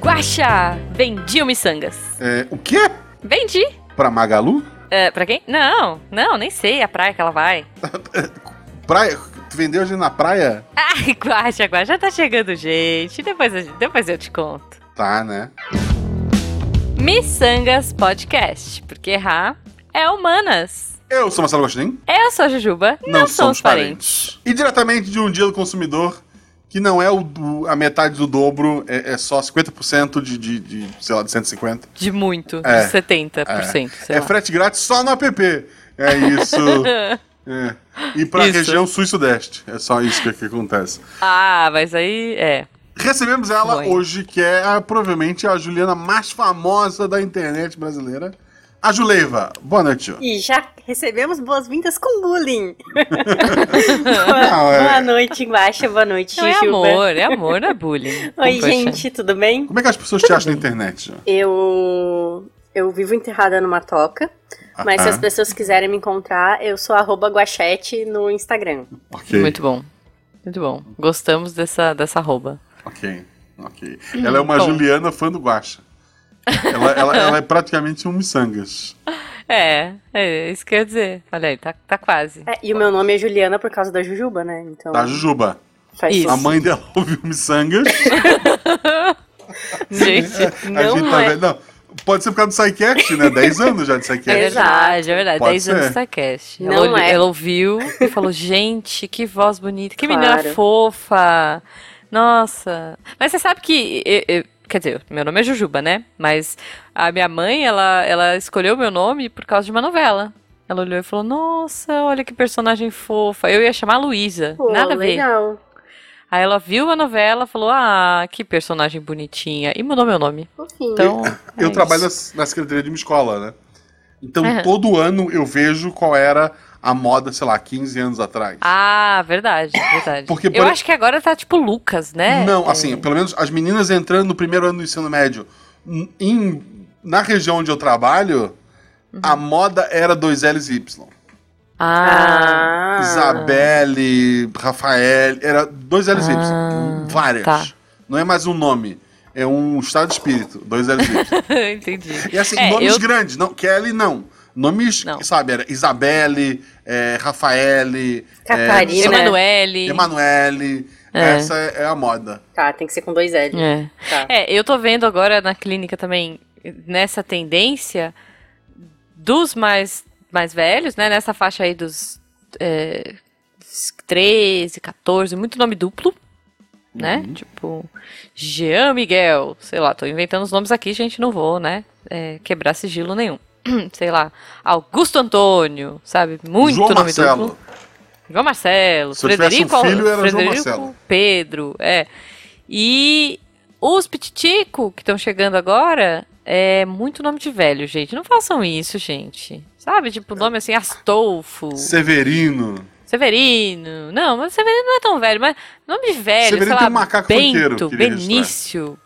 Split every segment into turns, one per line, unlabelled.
Guaxa! Vendi o miçangas.
É, o quê?
Vendi!
Pra Magalu?
É, pra quem? Não, não, nem sei a praia que ela vai.
Praia? Tu vendeu hoje na praia?
Ai, Guaxa, Guaxa, tá chegando gente. Depois, a gente- depois eu te conto.
Tá, né?
Missangas Podcast, porque errar é humanas.
Eu sou Marcelo Gostin.
Eu sou a Jujuba, não, somos parentes.
E diretamente de um dia do consumidor, que não é o do- a metade do dobro, é, é só 50% de, de, de, sei lá, de 150.
De muito,
É,
de 70%. sei
é
lá.
frete grátis só no app. É isso. É. E pra
Isso.
região sul e sudeste. É só isso que, que acontece.
Ah, mas aí é.
Recebemos ela
Foi.
hoje, que é a- provavelmente a Juliana mais famosa da internet brasileira. A Juleiva. Boa noite.
E já recebemos boas-vindas com bullying. boa,
Não, é-
boa noite, Guaxa. Boa noite,
Não, é
Jujuba.
amor, é amor, não é bullying.
Oi,
Compoxa.
gente, tudo bem?
Como é que as pessoas te acham na internet?
Eu eu vivo enterrada numa toca, mas se as
Ah,
pessoas quiserem me encontrar, eu sou arroba guachete no Instagram.
ok.
Muito bom. Muito bom. Gostamos dessa, dessa arroba.
Ok, ok. ela é uma
Hum, bom.
Juliana fã do Guaxa. Ela, ela- ela é praticamente um miçangas.
É, é isso que eu ia dizer. Olha aí, tá, tá quase.
É, e o meu nome é Juliana por causa da Jujuba, né? Então
Da Jujuba.
faz
Ah. Isso.
A mãe dela ouviu miçangas.
gente,
Não é.
tá vendo- Não, pode ser por causa do Psycast, né? 10 anos já de
é
Psycast.
verdade, é verdade.
Pode
10 anos
ser.
de Starcast.
Não
Ela, olhou-
é.
ela ouviu e falou, gente, que voz bonita, que menina
Claro.
fofa. Nossa. Mas você sabe que... eu- eu- quer dizer, meu nome é Jujuba, né? Mas a minha mãe, ela, ela escolheu meu nome por causa de uma novela. Ela olhou e falou, nossa, olha que personagem fofa. Eu ia chamar Luísa.
Pô,
Nada a ver.
legal.
Aí ela viu a novela, falou: Ah, que personagem bonitinha. E mudou meu nome.
Fofinho.
Então.
Eu
é
trabalho
isso.
na, na secretaria de uma escola, né? Então
Aham.
todo ano eu vejo qual era a moda, sei lá, 15 anos atrás.
Ah, verdade, verdade.
Porque,
Eu
por-
acho que agora tá tipo Lucas, né?
Não,
É.
assim, pelo menos as meninas entrando no primeiro ano do ensino médio n- em- na região onde eu trabalho, a
Uhum.
moda era 2LY.
Ah,
Ah,
Isabelle, Rafael, era 2LY.
Ah,
várias.
tá.
Não é mais um nome, é um estado de espírito, 2LY.
entendi.
E assim,
É,
nomes
eu-
grandes, não, Kelly não. Nomes,
Não.
sabe, era Isabelle, é, Rafaele,
Catarina.
é,
Emanuele.
Emanuele.
É.
Essa é a moda.
Tá, tem que ser com dois L.
É.
Tá.
É, eu tô vendo agora na clínica também nessa tendência dos mais, mais velhos, né? Nessa faixa aí dos é, 13, 14, muito nome duplo, né?
Uhum.
Tipo, Jean Miguel, sei lá, tô inventando os nomes aqui, gente, não vou, né? é, quebrar sigilo nenhum. sei lá, Augusto Antônio, sabe? Muito
João
nome
Marcelo.
duplo. João Marcelo,
Se eu
Frederico,
tivesse um filho, era João
Frederico
Marcelo.
Pedro, é. E os Pititico que estão chegando agora é muito nome de velho, gente. Não façam isso, gente. Sabe, tipo,
É.
nome assim, Astolfo,
Severino.
Severino. Não, mas Severino não é tão velho, mas nome de velho,
Severino
sei lá,
tem um macaco funkeiro,
Bento,
queria registrar.
Benício.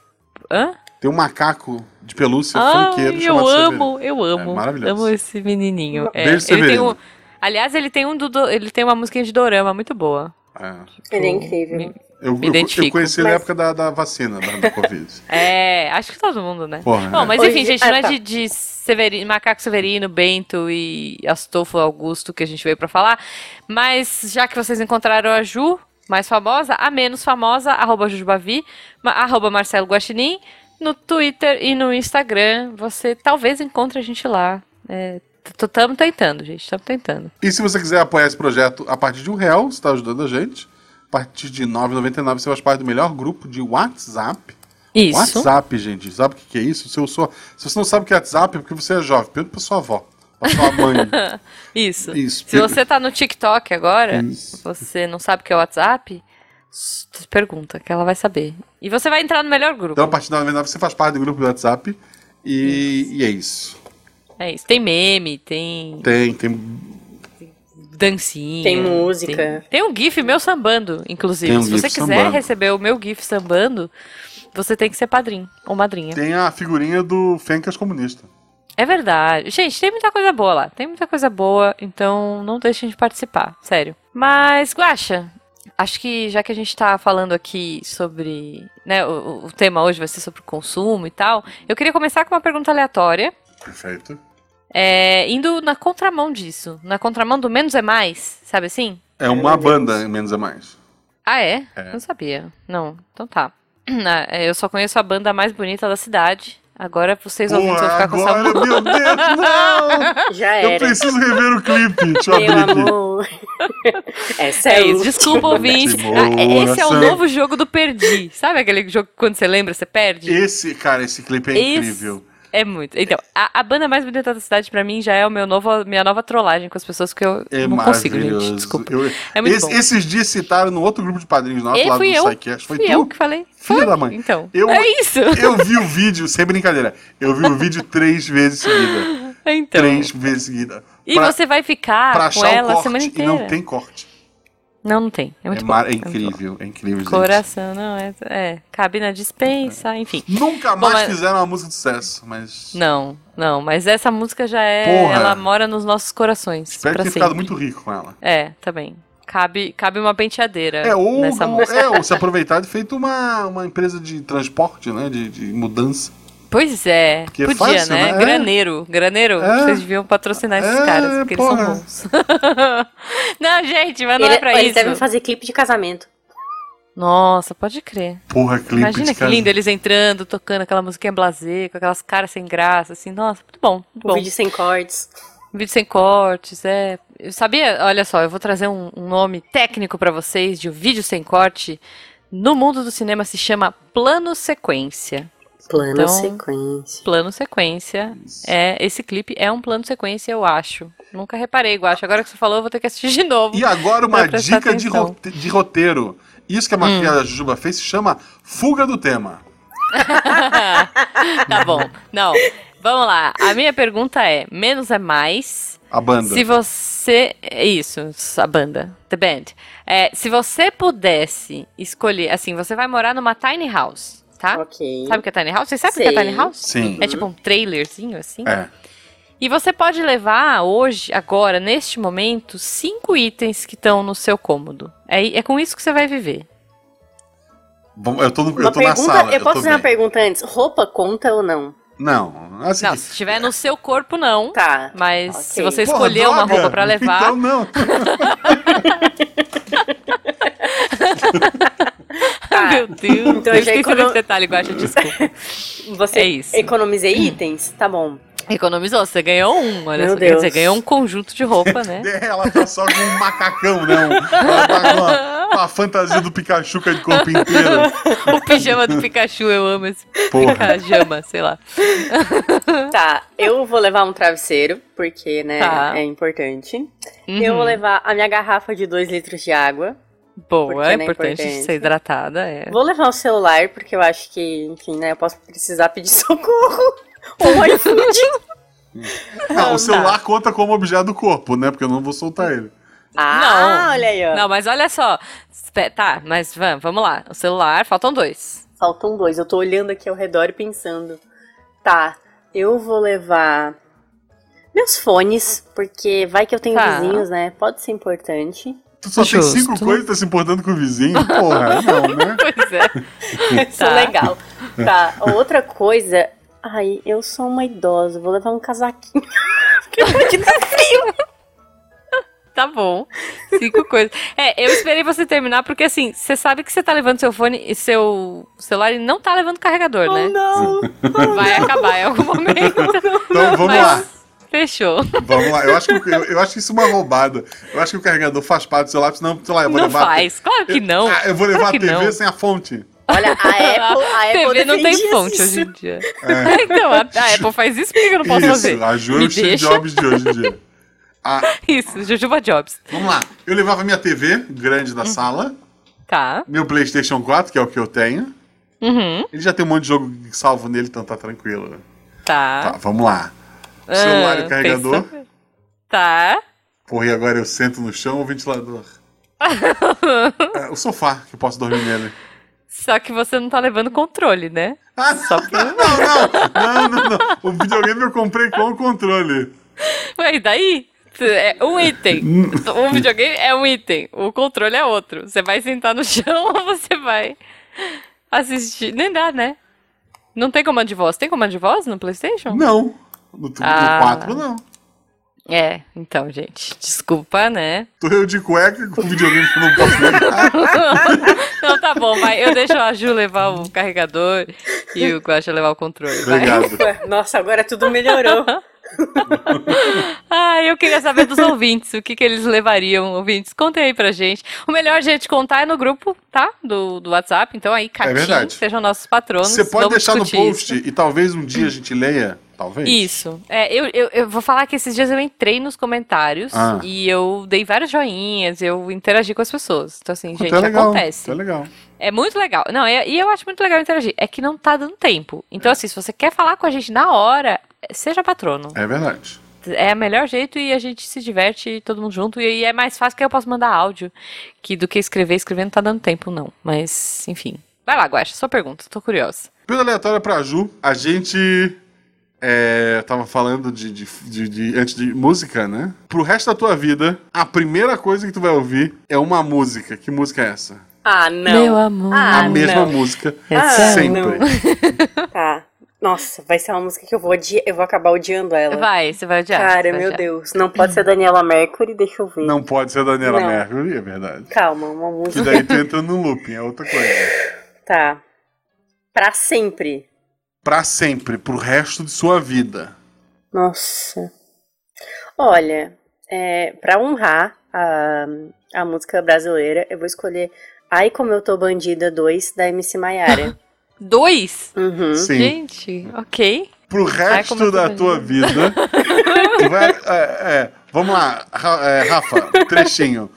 Hã?
Tem um macaco de pelúcia
Ah,
funkeiro
eu
chamado Severino. É
amo, eu amo.
maravilhoso.
Amo esse menininho. É,
Beijo,
ele tem
Severino.
um, aliás, ele tem um do, do- ele tem uma musiquinha de dorama muito boa.
É.
Ele é incrível.
Me-
Eu,
Me
eu, eu
identifico.
conheci ele na
Mas-
época da, da vacina, da, da Covid.
É, acho que todo mundo, né?
Porra,
Bom,
é.
mas
Hoje-
enfim, gente,
Ah,
não é
tá.
de, de Severi- Macaco Severino, Bento e Astolfo Augusto que a gente veio pra falar. Mas já que vocês encontraram a Ju, mais famosa, a menos famosa, arroba Jujubavi, ma- arroba Marcelo Guaxinim, no Twitter e no Instagram. Você talvez encontre a gente lá. É, Estamos tentando, gente, estamos tentando.
E se você quiser apoiar esse projeto a partir de um real, você está ajudando a gente. A partir de R$ 9,99 você faz parte do melhor grupo de WhatsApp.
Isso.
WhatsApp, gente. Sabe o que que é isso? Se, eu sou... se você não sabe o que é WhatsApp, é porque você é jovem. Pergunta pra sua avó, pra sua mãe.
Isso.
Isso.
Se você tá no TikTok agora,
Isso.
você não sabe o que é o WhatsApp, s- pergunta, que ela vai saber. E você vai entrar no melhor grupo.
Então, a partir de R$ 9,99 você faz parte do grupo do WhatsApp. E, e é isso. Então-
É isso. Tem meme, tem
Tem, tem
dancinha.
Tem música.
Tem, tem um GIF meu sambando, inclusive.
Tem um
Se você
GIF
quiser
sambando.
receber o meu GIF sambando, você tem que ser padrinho ou madrinha.
Tem a figurinha do Fencas comunista.
É verdade. Gente, tem muita coisa boa lá. Tem muita coisa boa, então não deixem de participar, sério. Mas, Guaxa, Acho que já que a gente está falando aqui sobre. Né, o, o tema hoje vai ser sobre o consumo e tal. Eu queria começar com uma pergunta aleatória.
Perfeito.
É, indo na contramão disso. Na contramão do menos é mais, sabe assim?
É uma banda, menos é mais.
Ah, é?
É.
Não sabia. Não, então tá. Ah, é, Eu só conheço a banda mais bonita da cidade. Agora vocês ouvintes vão
Porra,
ficar com essa
agora, meu Deus, não!
Já
Eu
era.
preciso rever o clipe. Deixa eu
Meu
abrir aqui.
amor. Essa é,
É isso,
útil.
desculpa, ouvinte.
Esse
Ah, é- Esse é o
moça.
novo jogo do Perdi. Sabe aquele jogo que quando você lembra, você perde?
Esse, cara, esse clipe é
Esse-
incrível.
É muito. Então, a, a banda mais bonita da cidade, pra mim, já é o meu novo, minha nova trollagem com as pessoas que eu
É
não consigo,
maravilhoso.
gente. Desculpa.
Eu-
É muito
esse-
bom.
esses dias citaram no outro grupo de padrinhos nosso,
E
lá do
fui eu,
Psycast. Foi
Fui
tu?
eu que falei.
Filha
Foi.
da mãe.
Então,
Eu-
é isso.
Eu vi o vídeo, sem brincadeira. Eu vi o vídeo três vezes seguida.
Então.
Três vezes seguida.
E
Pra-
você vai
pra
ficar com
achar o
ela a
corte.
semana
E
inteira.
não tem corte.
Não, não tem. É
É,
muito bom.
mar- é
muito bom.
incrível, é incrível. gente.
Coração, não, é, é. Cabe na dispensa, enfim.
Nunca
Bom,
mais
mas-
fizeram uma música de sucesso, mas.
Não, não, mas essa música já é.
Porra.
Ela mora nos nossos corações.
Espero
pra
que tenha
sempre.
ficado muito rico com ela.
É, também. Cabe, cabe uma penteadeira
É, ou,
nessa
ou-
música.
é, ou se aproveitar e feito uma, uma empresa de transporte, né? De, de mudança.
Pois é,
Porque é
podia,
fácil,
né?
né? É.
Graneiro, graneiro,
É.
vocês deviam patrocinar esses
É,
caras, porque
porra.
eles são bons. não, gente, mas não
Ele-
é pra
eles
isso.
devem fazer clipe de casamento.
Nossa, pode crer.
Porra, clipe
Imagina
de
que
casa.
lindo eles entrando, tocando aquela musiquinha blasé, com aquelas caras sem graça, assim, nossa, muito bom, muito
Um
bom. Um
vídeo sem cortes.
Vídeo sem cortes, é. Eu sabia, olha só, eu vou trazer um, um nome técnico pra vocês de um vídeo sem corte. No mundo do cinema se chama plano sequência.
Plano
Então-
sequência.
Plano sequência. É, esse clipe é um plano sequência, eu acho. Nunca reparei, eu acho. Agora que você falou, eu vou ter que assistir de novo.
E agora uma
Pra prestar
dica de,
atenção. Hum.
rote- de roteiro. Isso que a Mafia Jujuba fez se chama Fuga do Tema.
tá bom. Não. Vamos lá. A minha pergunta é: menos é mais.
A banda.
Se você. é Isso, a banda. The Band. É, se você pudesse escolher, assim, você vai morar numa tiny house, tá?
Ok.
Sabe o que é tiny house? Vocês sabem o que é
Sei.
tiny house?
Sim.
É tipo um trailerzinho, assim.
É.
E você pode levar hoje, agora, neste momento, cinco itens que estão no seu cômodo. É, é com isso que você vai viver.
Bom, Eu tô, no- eu
Uma
tô na
pergunta,
sala.
eu posso
tô
fazer uma
bem.
pergunta antes? Roupa conta ou não?
Não, assim.
Não, se estiver no seu corpo, não.
Tá.
Mas
Ok.
se você
porra,
escolher uma
droga!
roupa pra levar,
Então não.
Tá.
Meu Deus,
Então
eu
já
esqueci
econo-
desse detalhe, Guaxa, desculpa.
Você
É isso.
economizei itens? Tá bom.
Economizou, você ganhou um, olha
Meu
só. Quer dizer,
Deus.
ganhou um conjunto de roupa, né?
Ela tá só com um macacão, né? Um- Ela tá com a, com a fantasia do Pikachu que é de corpo inteiro.
o pijama do Pikachu, eu amo esse
Porra.
pijama, sei lá.
Tá, eu vou levar um travesseiro, porque, né,
Tá.
é importante.
Uhum.
Eu vou levar a minha garrafa de 2 litros de água.
Boa, é
né,
importante
importante.
ser hidratada, é.
Vou levar o celular, porque eu acho que, enfim, né, eu posso precisar pedir socorro. Ou um iFood.
Não, Ah, o celular conta como objeto do corpo, né? Porque eu não vou soltar ele.
Ah, olha aí, ó.
Não, mas olha só. Espe- Tá, mas vam- vamos lá. O celular, faltam dois.
Faltam dois. Eu tô olhando aqui ao redor e pensando. Tá, eu vou levar meus fones, porque vai que eu tenho
Tá.
vizinhos, né? Pode ser importante.
Tu só
Justo.
tem cinco coisas e tá se importando com o vizinho? Porra, não, né?
Pois é.
Isso
Tá.
é legal. Tá, outra coisa. Ai, eu sou uma idosa, vou levar um casaquinho. Porque pode dar frio.
Tá bom. Cinco coisas. É, eu esperei você terminar, porque assim, você sabe que você tá levando seu fone e seu celular e não tá levando carregador,
Oh,
né?
não.
Vai acabar em algum momento.
Então vamos
mas-
lá.
Fechou.
Vamos lá, eu acho, que, eu, eu acho isso uma roubada. Eu acho que o carregador faz parte do celular, porque senão, sei lá, eu vou
Não
levar.
faz, claro que não.
Ah, eu vou levar
Claro
a
que
TV
não.
sem a fonte.
Olha, a Apple, a Apple
TV não tem
defendia
fonte
isso.
hoje em dia. Então, a, a Apple faz isso, por que eu não posso
É. isso,
fazer?
a Ju é
Me
o Steve
deixa.
Jobs de hoje em dia. Ah,
Isso, Jujuba Jobs.
vamos lá, eu levava minha TV grande
Uhum.
da sala,
Tá.
meu PlayStation 4, que é o que eu tenho.
Uhum.
Ele já tem um monte de jogo salvo nele, então tá tranquilo. né?
Tá.
Tá, vamos lá.
Ah,
celular e o carregador.
pensa. Tá.
Porra, e agora eu sento no chão ou ventilador? É, o sofá, que eu posso dormir nele.
Só que você não tá levando controle, né?
Ah,
Só pra-
não, não, não, não, não. O videogame eu comprei com o controle.
Ué, e daí? É um item. Um videogame é um item. O controle é outro. Você vai sentar no chão ou você vai assistir. Nem dá, né? Não tem comando de voz. Tem comando de voz no PlayStation?
Não. No, tu- no
Ah.
4, não.
É, então, gente. Desculpa, né?
Tô eu de cueca com o videogame que eu não posso ligar.
Não, tá bom, vai. Eu deixo a Ju levar o carregador e o Guacha levar o controle. Vai.
Obrigado.
Ué, Nossa, agora tudo melhorou.
Ah, eu queria saber dos ouvintes, o que, que eles levariam, ouvintes. Contem aí pra gente. O melhor, gente, contar é no grupo, tá? Do, do WhatsApp. Então aí, catim,
É verdade.
sejam nossos patronos.
Você pode
vamos
deixar no
discutir isso.
post e talvez um dia a gente leia. Talvez.
Isso. É, eu, eu, eu vou falar que esses dias eu entrei nos comentários
Ah.
e eu dei vários joinhas, eu interagi com as pessoas. Então, assim,
Pô,
gente,
tá legal,
acontece.
Tá legal.
É muito legal. Não, é- e eu acho muito legal interagir. É que não tá dando tempo. Então,
É.
assim, se você quer falar com a gente na hora, seja patrono.
É verdade.
É o melhor jeito e a gente se diverte todo mundo junto. E aí é mais fácil que eu posso mandar áudio que do que escrever. Escrever não tá dando tempo, não. Mas, enfim. Vai lá, Guaxa, sua pergunta, tô curiosa.
Pergunta aleatória pra Ju. A gente é, tava falando de, de- de- de- antes de música, né? Pro resto da tua vida, a primeira coisa que tu vai ouvir é uma música. Que música é essa?
Ah, não.
Meu amor.
Ah,
a mesma
não. É
música.
Ah,
sempre.
não. Tá. Nossa, vai ser uma música que eu vou odiar. Eu vou acabar odiando ela.
Vai, você vai odiar. você
Cara,
vai
meu
odiar.
Deus. Não pode ser Daniela Mercury, deixa eu ver.
Não pode ser Daniela
Não.
Mercury, é verdade.
Calma, uma
Que
música.
daí tu entra no looping, é outra coisa.
Tá. Pra sempre.
Pra sempre, pro resto de sua vida.
Nossa. Olha, é, pra honrar a, a música brasileira, eu vou escolher Ai Como Eu Tô Bandida 2, da MC Maiara.
Dois?
Uhum.
Sim.
Gente, ok.
Pro
como
resto
eu tô
da
feliz.
tua vida. tu vai, é, é, vamos lá, Ra- é, Rafa, trechinho.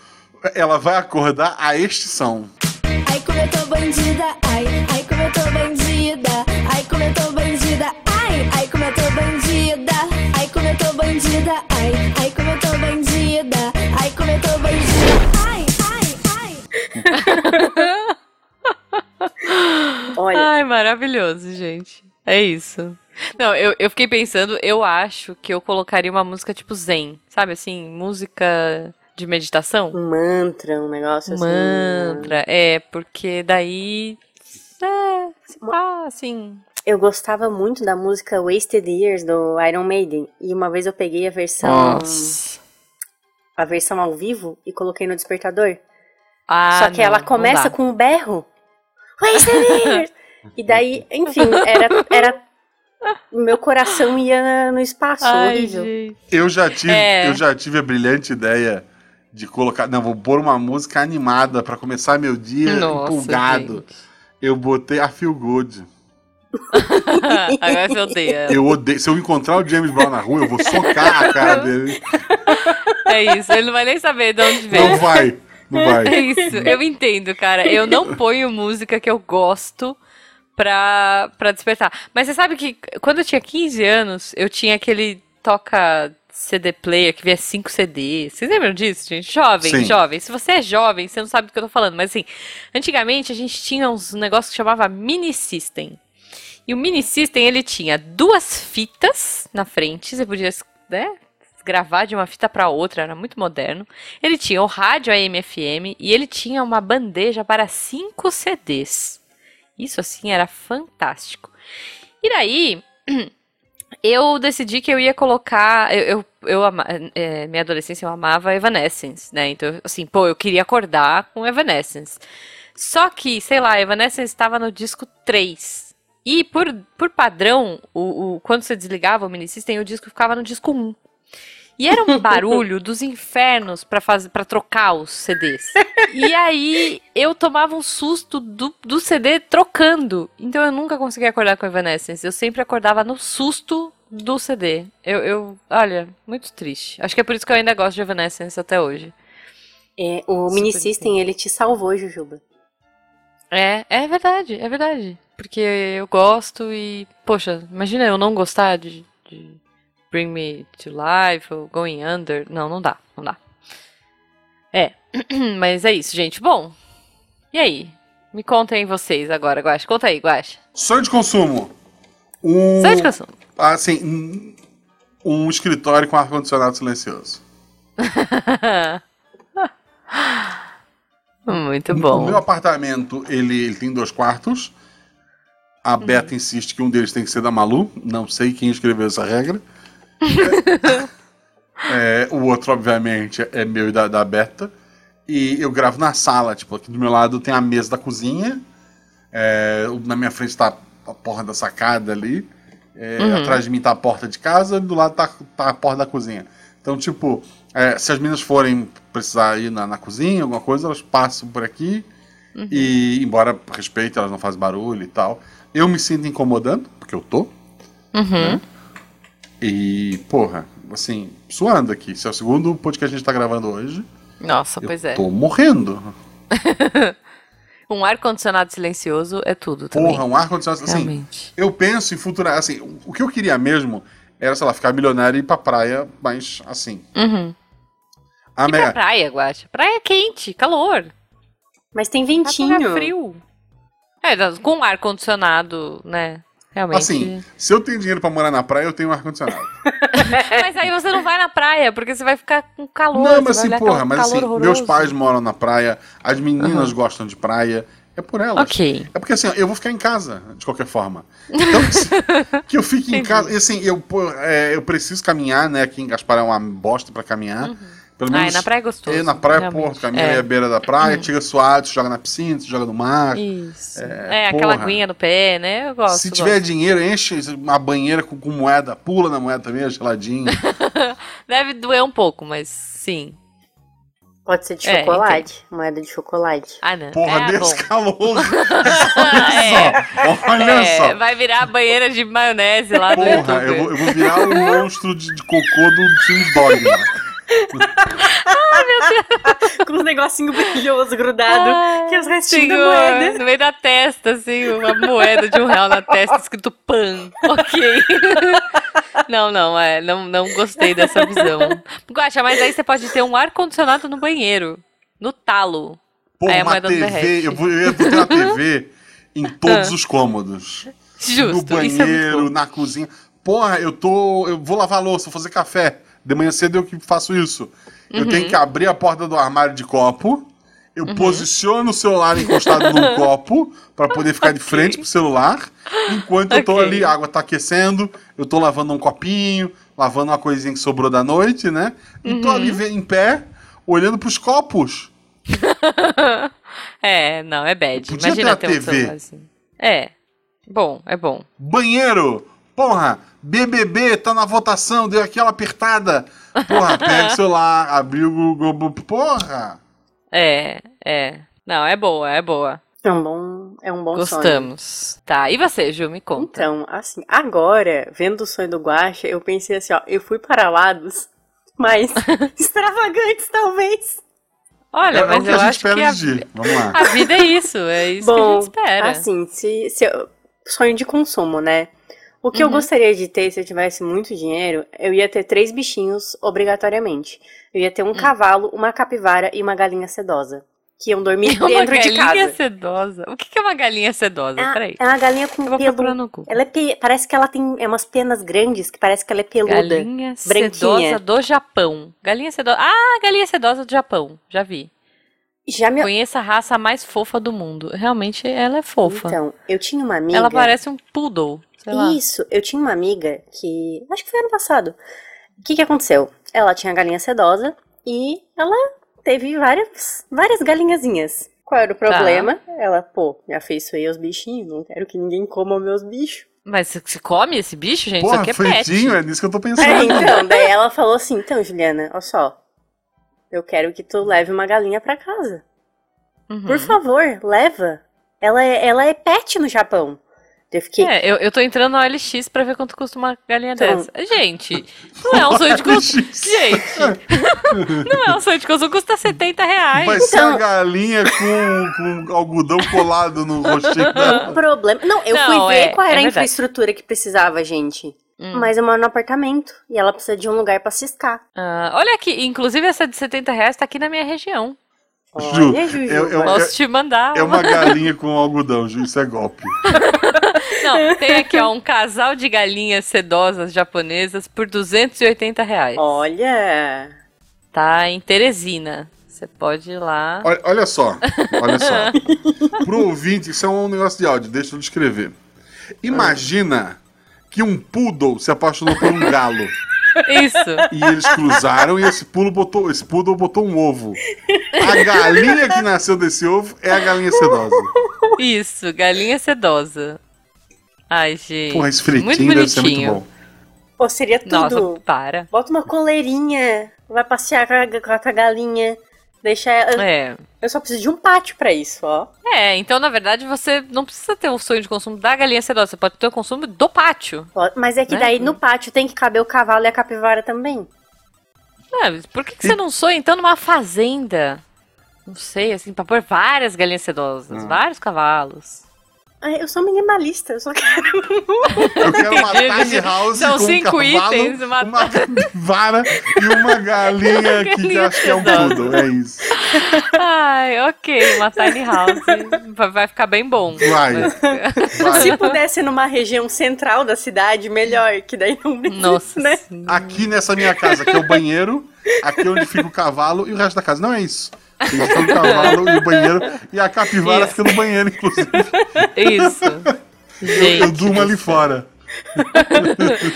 Ela vai acordar a este som.
Ai, como eu tô bandida, ai, ai, como eu tô bandida, ai, como eu tô bandida, ai, ai, como eu tô bandida, ai, como eu tô bandida, ai, ai, como eu tô bandida, ai, como eu tô bandida, ai, ai, ai.
Olha,
Ai, maravilhoso, gente. É isso. Não, eu, eu fiquei pensando, eu acho que eu colocaria uma música tipo zen, sabe assim? Música de meditação?
um mantra, um negócio assim.
Mantra, é, porque daí. É, se pá, assim.
Eu gostava muito da música Wasted Years do Iron Maiden. E uma vez eu peguei a versão.
Nossa.
a versão ao vivo e coloquei no despertador.
Ah,
Só que
não,
ela
não
começa
dá.
com o berro. Wasted years! e daí, enfim, era, era. Meu coração ia no espaço,
Ai,
horrível.
gente.
Eu já tive,
É.
eu já tive a brilhante ideia de colocar, não, vou pôr uma música animada pra começar meu dia
Nossa,
empolgado. Eu botei a Feel Good.
gente. Agora você odeia ela.
Eu odeio, se eu encontrar o James Brown na rua, eu vou socar a cara dele.
É isso, ele não vai nem saber de onde veio.
Não vai, não
É
vai.
isso, eu entendo, cara. Eu não ponho música que eu gosto pra, pra despertar. Mas você sabe que quando eu tinha 15 anos, eu tinha aquele toca CD player que via 5 CDs. Vocês lembram disso, gente? Jovem,
Sim.
jovem. Se você é jovem, você não sabe do que eu tô falando. Mas assim, antigamente a gente tinha uns negócios que chamava mini system. E o mini system, ele tinha duas fitas na frente, você podia, né, gravar de uma fita pra outra, era muito moderno. Ele tinha o rádio AM/FM e ele tinha uma bandeja para cinco CDs. Isso assim era fantástico. E daí eu decidi que eu ia colocar. Eu, eu, eu ama- eh, minha adolescência eu amava Evanescence, né? Então, assim, pô, eu queria acordar com Evanescence. Só que, sei lá, Evanescence estava no disco 3. E por, por padrão, o, o- quando você desligava o mini system, o disco ficava no disco 1. E era um barulho dos infernos pra fazer para trocar os CDs. E aí eu tomava um susto do, do CD trocando. Então eu nunca conseguia acordar com Evanescence. Eu sempre acordava no susto do CD. Eu, eu- olha, muito triste. Acho que é por isso que eu ainda gosto de Evanescence até hoje.
É, o
Super
Mini System, ele te salvou, Jujuba.
É, é verdade, é verdade. Porque eu gosto e, poxa, imagina eu não gostar de, de Bring Me to Life ou Going Under. Não, não dá, não dá. É, mas é isso, gente. Bom, e aí? Me contem vocês agora, Guaxa. Conta aí, Guaxa.
Sonho de consumo. Um,
Sai de canção.
assim, um- um escritório com ar-condicionado silencioso.
Muito
O
bom.
meu apartamento, ele, ele tem dois quartos. A Beta insiste que um deles tem que ser da Malu. Não sei quem escreveu essa regra. É, o outro, obviamente, é meu e da, da Beta. E eu gravo na sala. Tipo, aqui do meu lado tem a mesa da cozinha. É, na minha frente tá a porra da sacada ali. É, Atrás de mim tá a porta de casa. Do lado tá, tá a porta da cozinha. Então, tipo, é, se as meninas forem precisar ir na, na cozinha, alguma coisa, elas passam por aqui.
Uhum.
E, embora respeite, elas não fazem barulho e tal. Eu me sinto incomodando, porque eu tô.
Uhum.
né? E, porra, assim, suando aqui. Esse é o segundo podcast que a gente tá gravando hoje.
Nossa,
Né? Eu
pois é.
Tô morrendo.
Um ar-condicionado silencioso é tudo também.
Porra, um ar-condicionado. Assim,
Realmente.
eu penso em futura. Assim, o- o que eu queria mesmo era, sei lá, ficar milionário e ir pra praia, mas assim.
Uhum.
A
E pra
mega.
praia, Guacha? Praia é quente, calor.
Mas tem
Vai pegar
ventinho.
Tá frio. É, tá- com ar-condicionado, né? Realmente.
Assim, se eu tenho dinheiro pra morar na praia, eu tenho um ar-condicionado.
Mas aí você não vai na praia, porque você vai ficar com calor.
Não, mas
você
assim,
vai olhar
porra,
aquela-
mas
calor
assim,
horroroso.
meus pais moram na praia, as meninas gostam de praia, é por elas.
Ok.
É porque assim, ó, eu vou ficar em casa, de qualquer forma. Então, se- que eu fique em casa. e, Assim, eu, pô, é, eu preciso caminhar, né? Aqui em Gaspar é uma bosta pra caminhar. Pelo
Ah,
menos.
e na praia é gostoso.
é, na praia,
realmente.
porra, tu caminha
É.
ali à beira da praia, tira suado, tu joga na piscina, tu joga no mar.
Isso.
É,
É, aquela
porra.
aguinha no pé, né? Eu gosto.
Se
gosto.
tiver dinheiro, enche uma banheira com, com moeda, pula na moeda também, é geladinha.
Deve doer um pouco, mas sim.
Pode ser de
É,
chocolate. Moeda de chocolate.
Ah, não.
Porra,
é,
nesse
bom.
calor.
É.
Olha só, olha
É,
só.
Vai virar a banheira de maionese lá né? do
Porra,
YouTube.
eu vou, eu vou virar o monstro de, de cocô do time Dogma.
é
Com um negocinho brilhoso grudado.
Ah,
que é os restinhos da
senhor,
moeda.
No meio da testa, assim, uma moeda de um real na testa, escrito PAN. Ok. Não, não, é, não, não gostei dessa visão. Guaxa, mas aí você pode ter um ar-condicionado no banheiro. No talo.
Porra,
É, a
uma
moeda não derrete. Ah.
TV, eu vou, eu vou ter uma TV em todos os cômodos.
Justo.
no
isso é muito
banheiro,
bom.
na cozinha. Porra, eu tô. Eu vou lavar louça, vou fazer café. De manhã cedo eu que faço isso. Eu
Uhum.
tenho que abrir a porta do armário de copo. Eu posiciono o celular encostado num copo pra poder ficar de frente pro celular. Enquanto eu tô
Ok.
ali, a água tá aquecendo, eu tô lavando um copinho, lavando uma coisinha que sobrou da noite, né? E tô
Uhum.
ali ve- em pé, olhando pros copos.
É, não, é bad.
Podia
Imagina ter,
ter uma
um
TV.
celular assim. É. Bom, é bom.
Banheiro! Porra, BBB tá na votação, deu aquela apertada. Porra, pega o celular, abriu o Google. Porra!
É, é. Não, é boa, é boa.
É um bom, é um bom sonho.
Gostamos. Tá, e você, Ju, me conta.
Então, assim, agora, vendo o sonho do Guaxa, eu pensei assim, ó, eu fui para lados, mas extravagantes talvez.
Olha,
é o
mas
que
eu
a gente
acho
espera
que a,
de dia. Vamos lá.
a vida é isso, é isso que a
Bom,
gente espera.
Assim, se, se eu- sonho de consumo, né? O que eu
Uhum.
gostaria de ter se eu tivesse muito dinheiro, eu ia ter três bichinhos obrigatoriamente. Eu ia ter
Hum.
um cavalo, uma capivara e uma galinha sedosa, que iam dormir
É uma
dentro de
galinha
casa.
sedosa. O que que é uma galinha sedosa?
É-
Peraí.
É uma galinha com
Eu vou procurar
pelo.
no Google.
Ela é pe- parece que ela tem é umas penas grandes, que parece que ela é peluda.
Galinha
branquinha.
sedosa do Japão. Galinha sedosa. Ah, galinha sedosa do Japão. Já vi.
Já me
Conheça a raça mais fofa do mundo. Realmente, ela é fofa.
Então, eu tinha uma amiga.
Ela parece um poodle. Sei lá.
Isso, eu tinha uma amiga que. Acho que foi ano passado. O que, que aconteceu? Ela tinha galinha sedosa e ela teve várias, várias galinhazinhas. Qual era o problema? Ela, pô, me afeiçoei aos é bichinhos, não quero que ninguém coma meus bichos.
Mas se- se come esse bicho, gente? Isso
Porra,
aqui é
fritinho,
pet.
é nisso que eu tô
É,
pensando.
então, daí ela falou assim: então, Juliana, olha só. Eu quero que tu leve uma galinha pra casa.
Uhum.
Por favor, leva. Ela é, ela é pet no Japão. Eu fiquei,
É, eu, eu tô entrando na OLX pra ver quanto custa uma galinha
Então.
dessa. Gente, não é um sonho de consumo. Gente, não é um sonho de consumo, custa 70 reais.
Vai ser a
então-
galinha com, com algodão colado no rostinho dela.
O problema. Não, eu
Não,
fui ver
é-
qual
é
era a
verdade.
infraestrutura que precisava, gente.
Hum.
Mas eu moro no apartamento e ela precisa de um lugar pra ciscar.
Ah, olha aqui, inclusive essa de 70 reais tá aqui na minha região.
Ju,
Olha, Jujuba.
eu- eu-
Posso te mandar.
É
uma.
uma galinha com algodão, gente, isso é golpe.
Não, tem aqui ó, um casal de galinhas sedosas japonesas por 280 reais.
Olha.
tá em Teresina. Você pode ir lá.
Olha, olha só, olha só. Pro ouvinte, isso é um negócio de áudio, deixa eu descrever. Imagina que um poodle se apaixonou por um galo.
Isso.
E eles cruzaram e esse pulo botou, esse poodle botou um ovo. A galinha que nasceu desse ovo é a galinha sedosa.
Isso, galinha sedosa. Ai, gente.
Porra, esse
muito
fritinho
bonitinho.
deve ser muito bom.
Pô, seria tudo.
Nossa, para.
Bota uma coleirinha, vai passear com a, com a- com a galinha, deixa ela.
É.
Eu só preciso de um pátio pra isso, ó.
É, então na verdade você não precisa ter o sonho de consumo da galinha sedosa, você pode ter o consumo do pátio.
Ó, Mas é que
Né?
daí no pátio tem que caber o cavalo e a capivara também.
É, por que, que você não sonha então numa fazenda? Não sei, assim, pra pôr várias galinhas sedosas,
Ah.
vários cavalos.
Ai, Eu sou minimalista, eu só quero.
Eu quero uma
Entendi,
tiny
entendi.
house
São
com um
cinco
cavalo,
itens, uma-
uma... vara e uma galinha que
Galinha
acho que é um
sedosa.
poodle, é isso.
Ai, ok, uma tiny house. Vai- Vai ficar bem bom.
Vai. Vai.
Se pudesse numa região central da cidade, melhor, que daí não precisa,
Nossa
né?
senhora.
Aqui nessa minha casa, que é o banheiro, aqui é onde fica o cavalo e o resto da casa. Não é isso. Tem que ficar o cavalo e o banheiro. E a capivara
Isso.
fica no banheiro, inclusive.
Isso.
Eu
Gente,
durmo ali fora.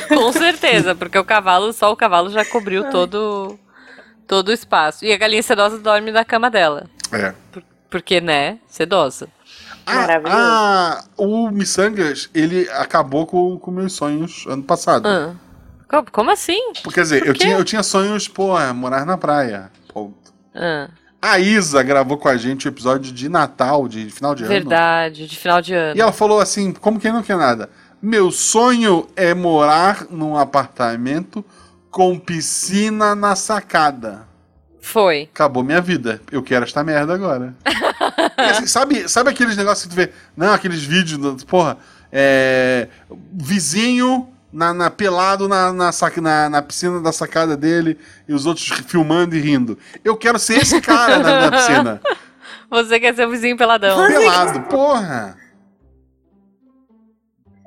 com certeza, porque o cavalo, só o cavalo já cobriu todo, todo o espaço. E a galinha sedosa dorme na cama dela.
É.
Porque, né, sedosa.
Ah,
Maravilhoso.
ah, o Missangas, ele acabou com, com meus sonhos ano passado.
Ah. Co- Como assim?
Quer dizer, eu
quê?
tinha, eu tinha sonhos, pô, é morar na praia. Ponto.
Ah,
A Isa gravou com a gente o episódio de Natal, de final de ano.
verdade, de final de ano.
E ela falou assim, como quem não quer nada. Meu sonho é morar num apartamento com piscina na sacada.
Foi.
Acabou minha vida. Eu quero esta merda agora. Porque, assim, sabe, sabe aqueles negócios que tu vê? Não, aqueles vídeos, do- porra, é, vizinho na, na- pelado na, na, sac- na- na piscina da sacada dele e os outros filmando e rindo. Eu quero ser esse cara na minha piscina.
Você quer ser o vizinho peladão.
pelado, porra.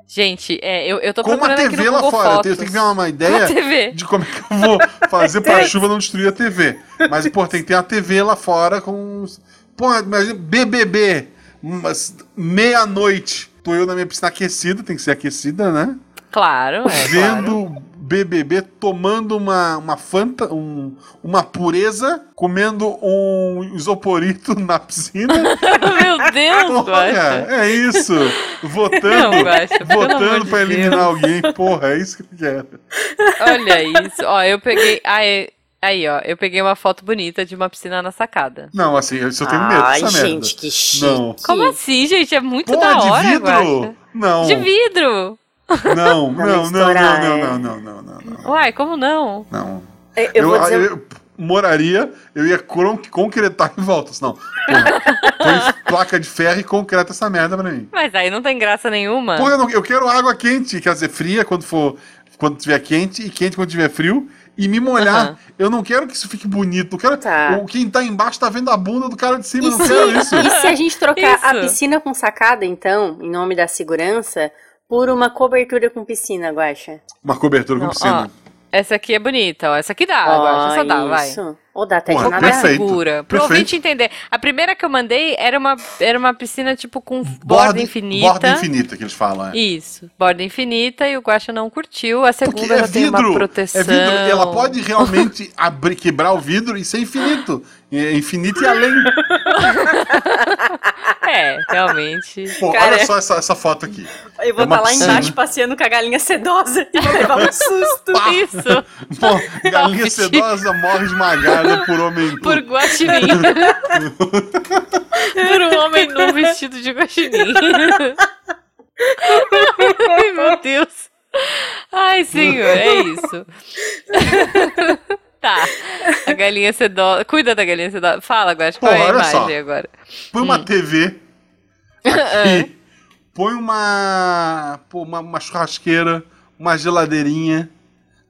Gente, é, eu, eu tô
Com uma
procurando aqui
TV
no
lá
Google
fora. Eu tenho,
Fotos.
eu tenho que ver uma
Uma
ideia
TV.
de como é que eu vou fazer pra chuva não destruir a TV. Mas, pô, tem que ter a TV lá fora com. uns- Pô, imagina, BBB, umas meia-noite. Tô eu na minha piscina aquecida, tem que ser aquecida, né?
Claro, é, claro.
Vendo BBB tomando uma, uma fanta, um- uma pureza, comendo um isoporito na piscina.
Meu Deus,
Olha,
Guaxa.
é isso. Votando,
Não, Guaxa, pelo amor
votando
de
pra
Deus.
eliminar alguém. Porra, é isso que eu quero.
Olha isso. Ó, eu peguei. Aí, aí, ó, eu peguei uma foto bonita de uma piscina na sacada.
Não, assim, eu só tenho medo
Ai,
dessa merda.
gente, que chique.
Não.
Como assim, gente? É muito
Porra,
da
de
hora,
vidro?
Guaxa.
Não,
De vidro!
não, não,
Pra
não, não,
misturar,
não,
é.
não, não, não, não, não,
Uai, como não?
não.
Eu, assim? eu
Eu, ah,
vou dizer. um-
eu moraria, eu ia con- concretar em volta, senão. Porra, põe placa de ferro e concreta essa merda pra mim.
Mas aí não tem graça nenhuma.
Porra, eu, não- eu quero água quente, quer dizer, fria quando for, quando tiver quente e quente quando tiver frio. E me molhar.
Aham.
Eu não quero que isso fique bonito. Não quero.
Tá.
o- Quem tá embaixo tá vendo a bunda do cara de cima. eu
E
não quero isso.
se, e se a gente trocar a
Isso.
piscina com sacada, então, em nome da segurança, por uma cobertura com piscina, Guaxa?
Uma cobertura com
Não,
piscina.
ó, essa aqui é bonita, ó. Essa aqui dá,
Ah,
Guaxa. Essa dá, vai.
isso. Ou dá até
Porra,
que
Uma
nadar.
mais
perfeito,
segura. Pro
perfeito.
ouvinte entender. A primeira que eu mandei era uma, era uma piscina, tipo, com borda, infinita.
Borda infinita que eles falam. É.
Isso, borda infinita e o Guaxa não curtiu. A segunda
Porque é
já tem uma
vidro,
proteção.
é vidro. Ela pode realmente abrir, quebrar o vidro e ser infinito. É infinito e além.
É, realmente.
Pô,
Cara,
olha
é-
só essa, essa foto aqui.
Eu vou
É uma
estar lá
piscina.
embaixo passeando com a galinha sedosa e vou levar um susto.
Isso,
Pô, galinha
Não,
sedosa morre esmagada por homem.
por
Por...
guaxinim. por um homem num vestido de guaxinim. Ai, Meu Deus. Ai, senhor, é isso. tá, a galinha sedosa. Cuida da galinha sedosa. Fala, Guaxa, qual
Pô,
é a
olha
imagem
só.
agora?
Põe uma TV
É.
aqui. põe uma, pô, uma, uma churrasqueira, uma geladeirinha.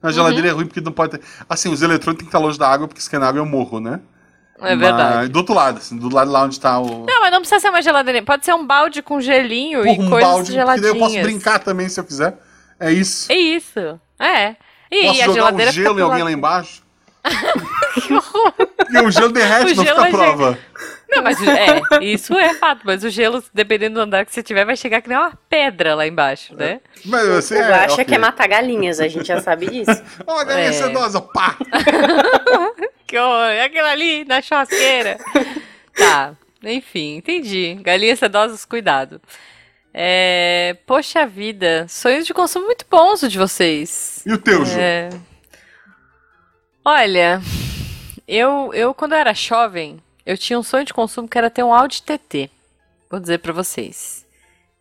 Na geladeira
Uhum.
é ruim porque não pode ter. Assim, os eletrônicos têm que estar longe da água, porque se cair na água eu morro, né?
É verdade.
Mas do outro lado, assim, do lado lá onde tá o.
Não, mas não precisa ser uma geladeirinha. Pode ser um balde com gelinho
Porra,
e
um
coisas
balde, porque
geladinhas.
daí eu posso brincar também se eu quiser. É isso.
É isso. É. E,
Posso
a
jogar um
geladeira
gelo em
fica pro
alguém
lado-
lá embaixo?
que horror.
E o gelo derrete,
O
não
gelo
fica
é gelo.
prova.
Não, mas é, isso é fato. Mas o gelo, dependendo do andar que você tiver, vai chegar que nem uma pedra lá embaixo, né?
Mas você
o
é,
Guaxa
ok.
quer matar galinhas, a gente já sabe disso.
Olha
É.
aí, sedosa, pá!
Que horror, é aquilo ali na churrasqueira. tá, enfim, entendi. Galinhas sedosas, cuidado. É, poxa vida, sonhos de consumo muito bons o de vocês.
E o teu, Ju?
É, olha, eu, eu quando eu era jovem, eu tinha um sonho de consumo que era ter um Audi TT. Vou dizer pra vocês.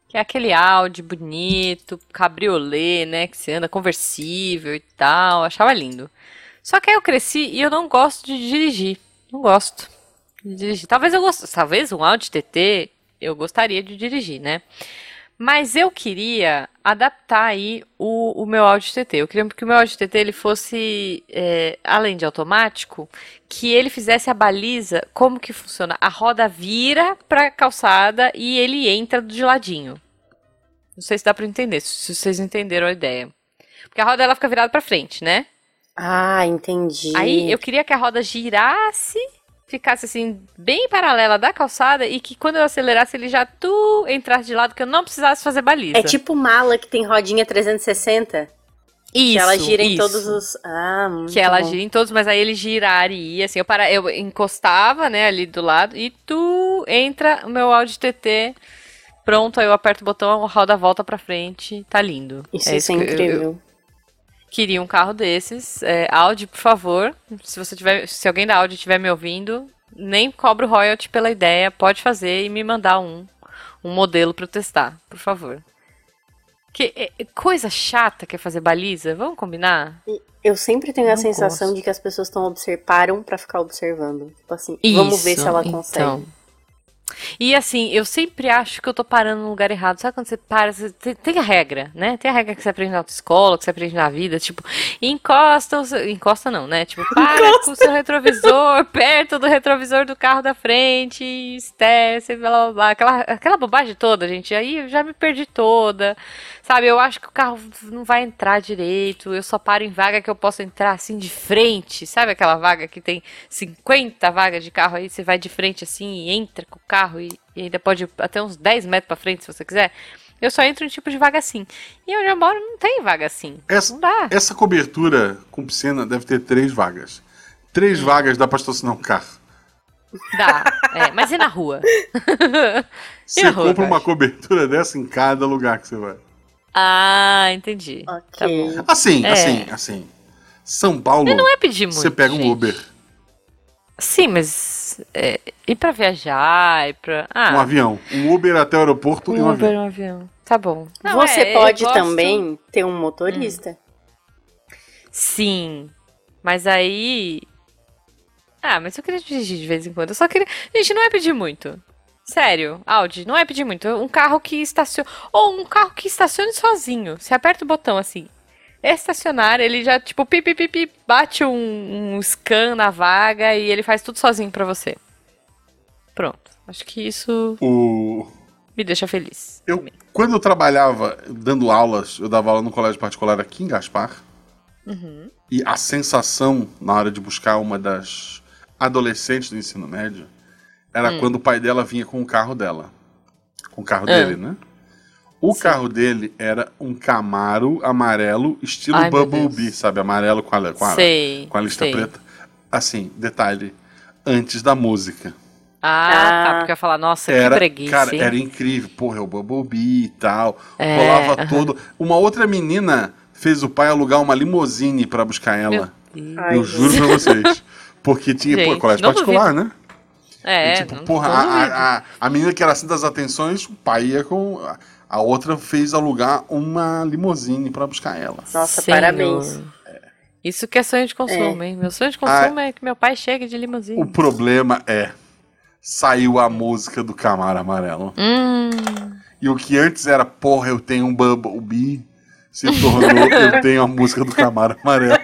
Que é aquele Audi bonito, cabriolé, né? Que você anda conversível e tal. Achava lindo. Só que aí eu cresci e eu não gosto de dirigir. Não gosto de dirigir. Talvez eu gost... Talvez um Audi TT eu gostaria de dirigir, né? Mas eu queria adaptar aí o, o meu Audi TT. Eu queria que o meu Audi TT ele fosse, é, além de automático, que ele fizesse a baliza, como que funciona? A roda vira pra calçada e ele entra de ladinho. Não sei se dá pra entender, se vocês entenderam a ideia. Porque a roda ela fica virada pra frente, né?
Ah, entendi.
Aí eu queria que a roda girasse, ficasse assim, bem paralela da calçada e que quando eu acelerasse ele já tu entrasse de lado, que eu não precisasse fazer baliza.
É tipo mala que tem rodinha 360.
isso,
que ela gira em
isso.
todos os. Ah, muito
Que ela
bom.
gira em todos, mas aí ele giraria, assim, eu, para, eu encostava, né, ali do lado, e tu entra o meu áudio TT, pronto, aí eu aperto o botão, a roda volta pra frente, tá lindo.
Isso, isso é
que eu- eu-
incrível.
queria um carro desses. É, Audi, por favor, se você tiver, se alguém da Audi estiver me ouvindo, nem cobro royalty pela ideia, pode fazer e me mandar um, um modelo para testar, por favor. Que é- é coisa chata que é fazer baliza, vamos combinar?
Eu sempre tenho a
Não
sensação
gosto.
de que as pessoas estão observaram pra ficar observando. Tipo assim, vamos ver se ela
então.
consegue.
E assim, eu sempre acho que eu tô parando no lugar errado. Sabe quando você para? Você tem, tem a regra, né? Tem a regra que você aprende na autoescola, que você aprende na vida. Tipo, encosta. o seu- Encosta não, né? Tipo, para com o seu retrovisor, perto do retrovisor do carro da frente, estresse, blá blá blá. Aquela, aquela bobagem toda, gente. Aí eu já me perdi toda. Sabe? Eu acho que o carro não vai entrar direito. Eu só paro em vaga que eu posso entrar assim de frente. Sabe aquela vaga que tem 50 vagas de carro aí, você vai de frente assim e entra com o carro e, e ainda pode ir até uns 10 metros pra frente se você quiser. Eu só entro em tipo de vaga assim. E onde eu moro não tem vaga assim.
Essa,
Não dá.
essa cobertura com piscina deve ter três vagas. Três
Hum.
vagas dá pra estacionar um carro.
Dá. É, mas e na rua?
Você
rua,
compra uma
Guaxa?
cobertura dessa em cada lugar que você vai.
Ah, entendi. Tá
Ok.
bom.
Assim,
É.
assim, assim. São Paulo,
Não é pedir muito.
você pega um
gente.
Uber,
Sim, mas. É, ir pra viajar, ir pra. Ah,
um avião. Um Uber até o aeroporto e um
um
avião.
Uber, um avião. Tá bom. Não,
Você
é, eu
pode
gosto-
também ter um motorista.
Sim. Mas aí. Ah, mas eu queria dirigir de vez em quando. Eu só queria. Gente, não é pedir muito. Sério, Audi, não é pedir muito. Um carro que estaciona. Ou um carro que estacione sozinho. Você aperta o botão assim. Estacionar, ele já, tipo, pi, pi, pi, pi, bate um, um scan na vaga e ele faz tudo sozinho pra você. Pronto. Acho que isso
O...
me deixa feliz.
Eu, quando eu trabalhava dando aulas, eu dava aula no colégio particular aqui em Gaspar.
Uhum.
E a sensação na hora de buscar uma das adolescentes do ensino médio era
Hum.
quando o pai dela vinha com o carro dela. Com o carro
É.
dele, né? O carro dele era um Camaro amarelo, estilo
Ai, meu
Bumblebee, sabe? Amarelo com a, com a,
sei.
com a lista
sei.
preta. Assim, detalhe, antes da música.
Ah, tá.
Ah.
Porque eu ia falar, nossa, que preguiça.
Cara,
hein?
era incrível. Porra, é o Bumblebee e tal.
É,
Rolava
aham.
todo. Uma outra menina fez o pai alugar uma limusine pra buscar ela.
Ih.
Ai,
eu juro pra vocês. Porque tinha, pô,
Gente,
colégio
não
particular, né?
É,
E, tipo,
não-
porra,
não
a,
duvido.
a, a, a menina que era assim das atenções, o pai ia com. a- A outra fez alugar uma limusine pra buscar ela.
Nossa, parabéns.
Isso que é sonho de consumo, hein? Meu sonho de consumo é que meu pai chegue de limusine.
Ah, O problema é. Saiu a música do Camaro Amarelo.
Hum,
E o que antes era, porra, eu tenho um Bumblebee, se tornou, eu tenho a música do Camaro Amarelo.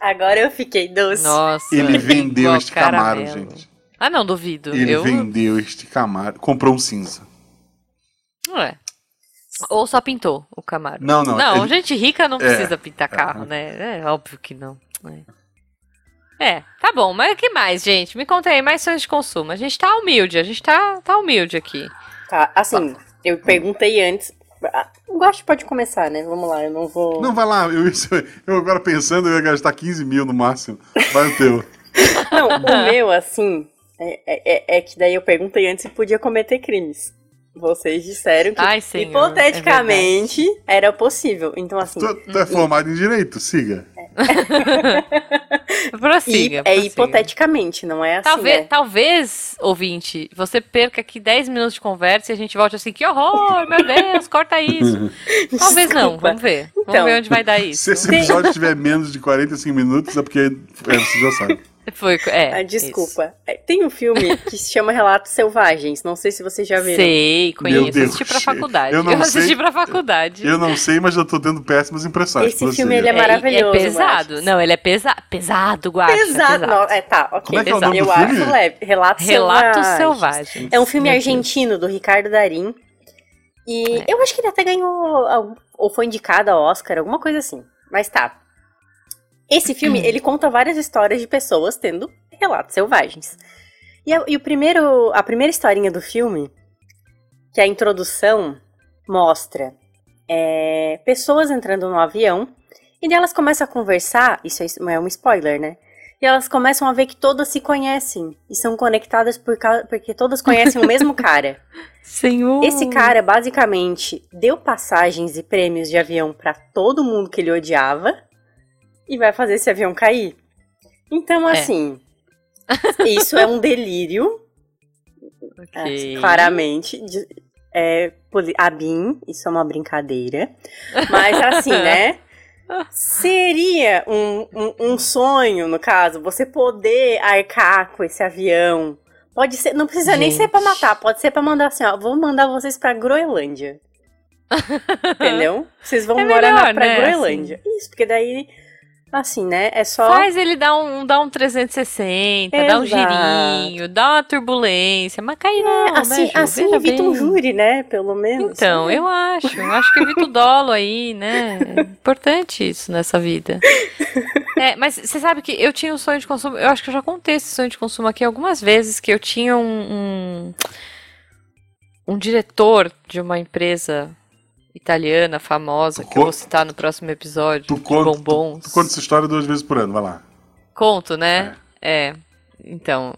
Agora eu fiquei doce.
nossa. é
Ele vendeu
igual
este Camaro,
caramelo.
gente.
Ah, não, duvido.
Ele
Eu,
vendeu este Camaro. Comprou um cinza.
não é. Ou só pintou o Camaro.
Não, não. ele-
gente rica não
É.
precisa pintar carro, né? É óbvio que não. É. né? É, tá bom, mas o que mais, gente? Me conta aí, mais sonhos de consumo. A gente tá humilde, a gente tá, tá humilde aqui.
Tá, assim, eu perguntei antes. Ah, O Gosto pode começar, né? Vamos lá, eu não vou.
Não, vai lá, eu, isso- eu agora pensando, eu ia gastar 15 mil no máximo. Vai o teu.
Não, o meu, assim, é, é- é- é que daí eu perguntei antes se podia cometer crimes. Vocês disseram que
Ai, senhor, é
hipoteticamente era possível. Então, assim,
Tu, tu é formado em direito, siga.
é verdade. Prossiga.
hi- é
prossiga.
hipoteticamente, não é assim.
Talvez,
né?
talvez, ouvinte, você perca aqui 10 minutos de conversa e a gente volte assim, que horror, meu Deus, corta isso. Talvez não,
Desculpa.
vamos ver. Vamos
Então.
ver onde vai dar isso.
Se esse episódio tiver menos de 45 minutos, é porque é, você já sabe.
Foi, é,
Ah,
isso.
desculpa. É, Tem um filme que se chama Relatos Selvagens. Não sei se vocês já viram.
Sei,
Meu
conheço.
Deus,
Assisti pra
gente.
faculdade.
Eu não
assisti
sei.
pra faculdade.
Eu não sei, mas já tô tendo péssimas impressões.
Esse
Prossiga.
filme, ele é
e-
maravilhoso,
É pesado.
Guaxa.
Não, ele é pesa pesado, Guaxa. é
Pesado. não, é, tá, ok.
Como é que
é o nome
eu
do
acho
filme?
leve. Relatos
Relatos
Selvagens.
selvagens.
É um filme
Meu Deus. É.
argentino do Ricardo Darim. E eu acho que ele até ganhou algum- ou foi indicado ao Oscar, alguma coisa assim. Mas tá. Esse
Hum.
filme, ele conta várias histórias de pessoas tendo relatos selvagens. E, a- e o primeiro, a primeira historinha do filme, que é a introdução, mostra é, pessoas entrando no avião e daí elas começam a conversar. Isso é, é um spoiler, né? E elas começam a ver que todas se conhecem e são conectadas por cau- porque todas conhecem o mesmo cara.
Senhor.
Esse cara basicamente deu passagens e prêmios de avião pra todo mundo que ele odiava e vai fazer esse avião cair. Então,
É.
assim, isso é um delírio,
Ok.
é, claramente. de- é, poli- a BIM, isso é uma brincadeira. Mas, assim, né? Seria um, um, um sonho, no caso, você poder arcar com esse avião. Pode ser, não precisa nem ser pra
Gente.
matar, pode ser pra mandar assim, ó, vou mandar vocês pra Groenlândia. Entendeu? Vocês vão
É
morar na,
melhor,
pra
né,
Groenlândia. Isso, porque daí, assim, né, é só...
Faz ele dar um, dar um 360, dá um
Exato.
girinho, dá uma turbulência, mas cai não, né,
assim,
Ju?
assim
Veja
evita
bem.
um júri, né, pelo menos.
Então, eu acho. Eu acho que evita o dolo aí, né? É importante isso nessa vida. É, mas você sabe que eu tinha um sonho de consumo. Eu acho que eu já contei esse sonho de consumo aqui algumas vezes que eu tinha um. um, um diretor de uma empresa italiana famosa, que eu vou citar no próximo episódio,
Tu
de
conta-
bombons.
Tu conta essa história duas vezes por ano, vai lá.
Conto, né? É. Então,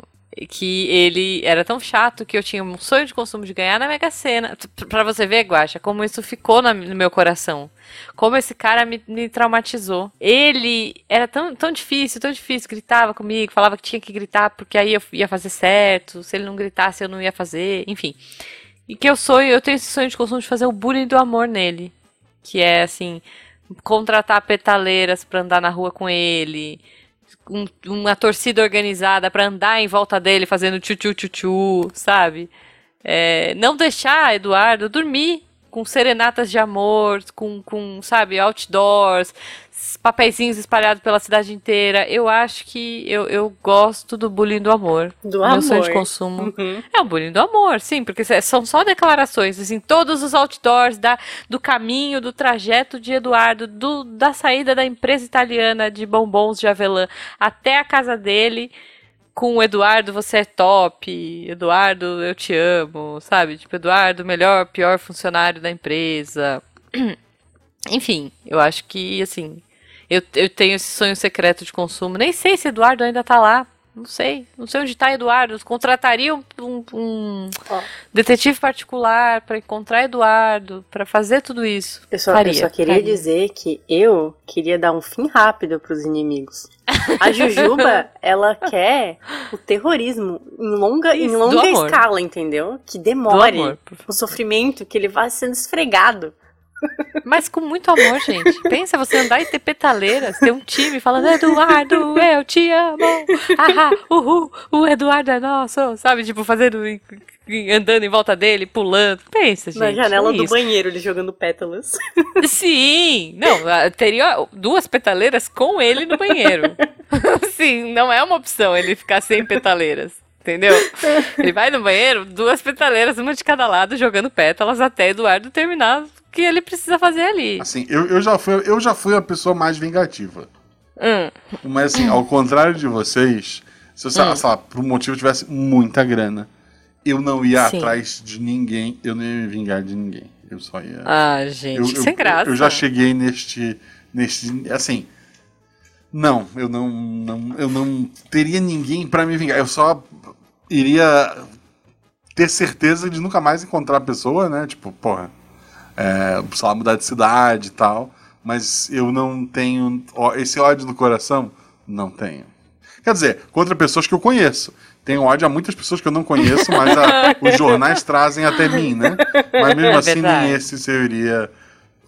que ele era tão chato que eu tinha um sonho de consumo de ganhar na Mega Sena. P- Pra você ver, Guaxa, como isso ficou na- no meu coração. Como esse cara me, me traumatizou. Ele era tão, tão difícil, tão difícil, gritava comigo, falava que tinha que gritar porque aí eu ia fazer certo, se ele não gritasse eu não ia fazer, enfim. E que eu sonho, eu tenho esse sonho de consumo de fazer o bullying do amor nele, que é assim, contratar petaleiras pra andar na rua com ele, um- uma torcida organizada pra andar em volta dele fazendo tchu-tchu-tchu-tchu, sabe? É, não deixar Eduardo dormir com serenatas de amor, com, com sabe, outdoors, s- papeizinhos espalhados pela cidade inteira. Eu acho que eu, eu gosto do bullying do amor.
Do
Meu
amor.
sonho de consumo.
Uhum.
É o bullying do amor, sim, porque cê- são só declarações, assim, todos os outdoors da, do caminho, do trajeto de Eduardo, do- da saída da empresa italiana de bombons de avelã até a casa dele, com o Eduardo, você é top, Eduardo, eu te amo, sabe? Tipo, Eduardo, melhor, pior funcionário da empresa. Enfim, eu acho que, assim, eu, eu tenho esse sonho secreto de consumo. Nem sei se Eduardo ainda tá lá. Não sei. Não sei onde tá Eduardo. Contrataria um, um- um
Ó.
detetive particular pra encontrar Eduardo, pra fazer tudo isso.
Eu só,
Faria,
eu só queria
faria.
dizer que eu queria dar um fim rápido pros inimigos. A Jujuba, ela quer o terrorismo em longa, em
Isso, do
longa
amor.
escala, entendeu? Que
Do
demore
amor, por
o sofrimento, que ele vá sendo esfregado.
Mas com muito amor, gente. Pensa você andar e ter petaleiras, ter um time falando, Eduardo, eu te amo. Ahá, uhul, o Eduardo é nosso. Sabe, tipo, fazendo. andando em volta dele, pulando. Pensa, gente.
Na janela
é
do
isso.
banheiro, ele jogando pétalas.
Sim! Não, ah, teria duas petaleiras com ele no banheiro. Sim, não é uma opção ele ficar sem petaleiras. Entendeu? Ele vai no banheiro, duas petaleiras, uma de cada lado, jogando pétalas até Eduardo terminar o que ele precisa fazer ali.
Assim, eu, eu, já fui, eu já fui a pessoa mais vingativa.
Hum.
Mas assim, ao contrário de vocês, se eu, sei lá, sei lá, por um motivo eu tivesse muita grana, eu não ia
Sim.
atrás de ninguém, eu não ia me vingar de ninguém. Eu só ia.
Ah, gente,
eu,
que
eu-
sem graça.
eu já cheguei neste. neste. Assim. Não, eu não. não eu não teria ninguém pra me vingar. Eu só iria ter certeza de nunca mais encontrar a pessoa, né? Tipo, porra. É, sei lá, mudar de cidade e tal. Mas eu não tenho. ó, Esse ódio no coração, não tenho. Quer dizer, contra pessoas que eu conheço. Tenho ódio a muitas pessoas que eu não conheço, mas a- os jornais trazem até mim, né? Mas mesmo
É
assim, nem
verdade.
esse seria.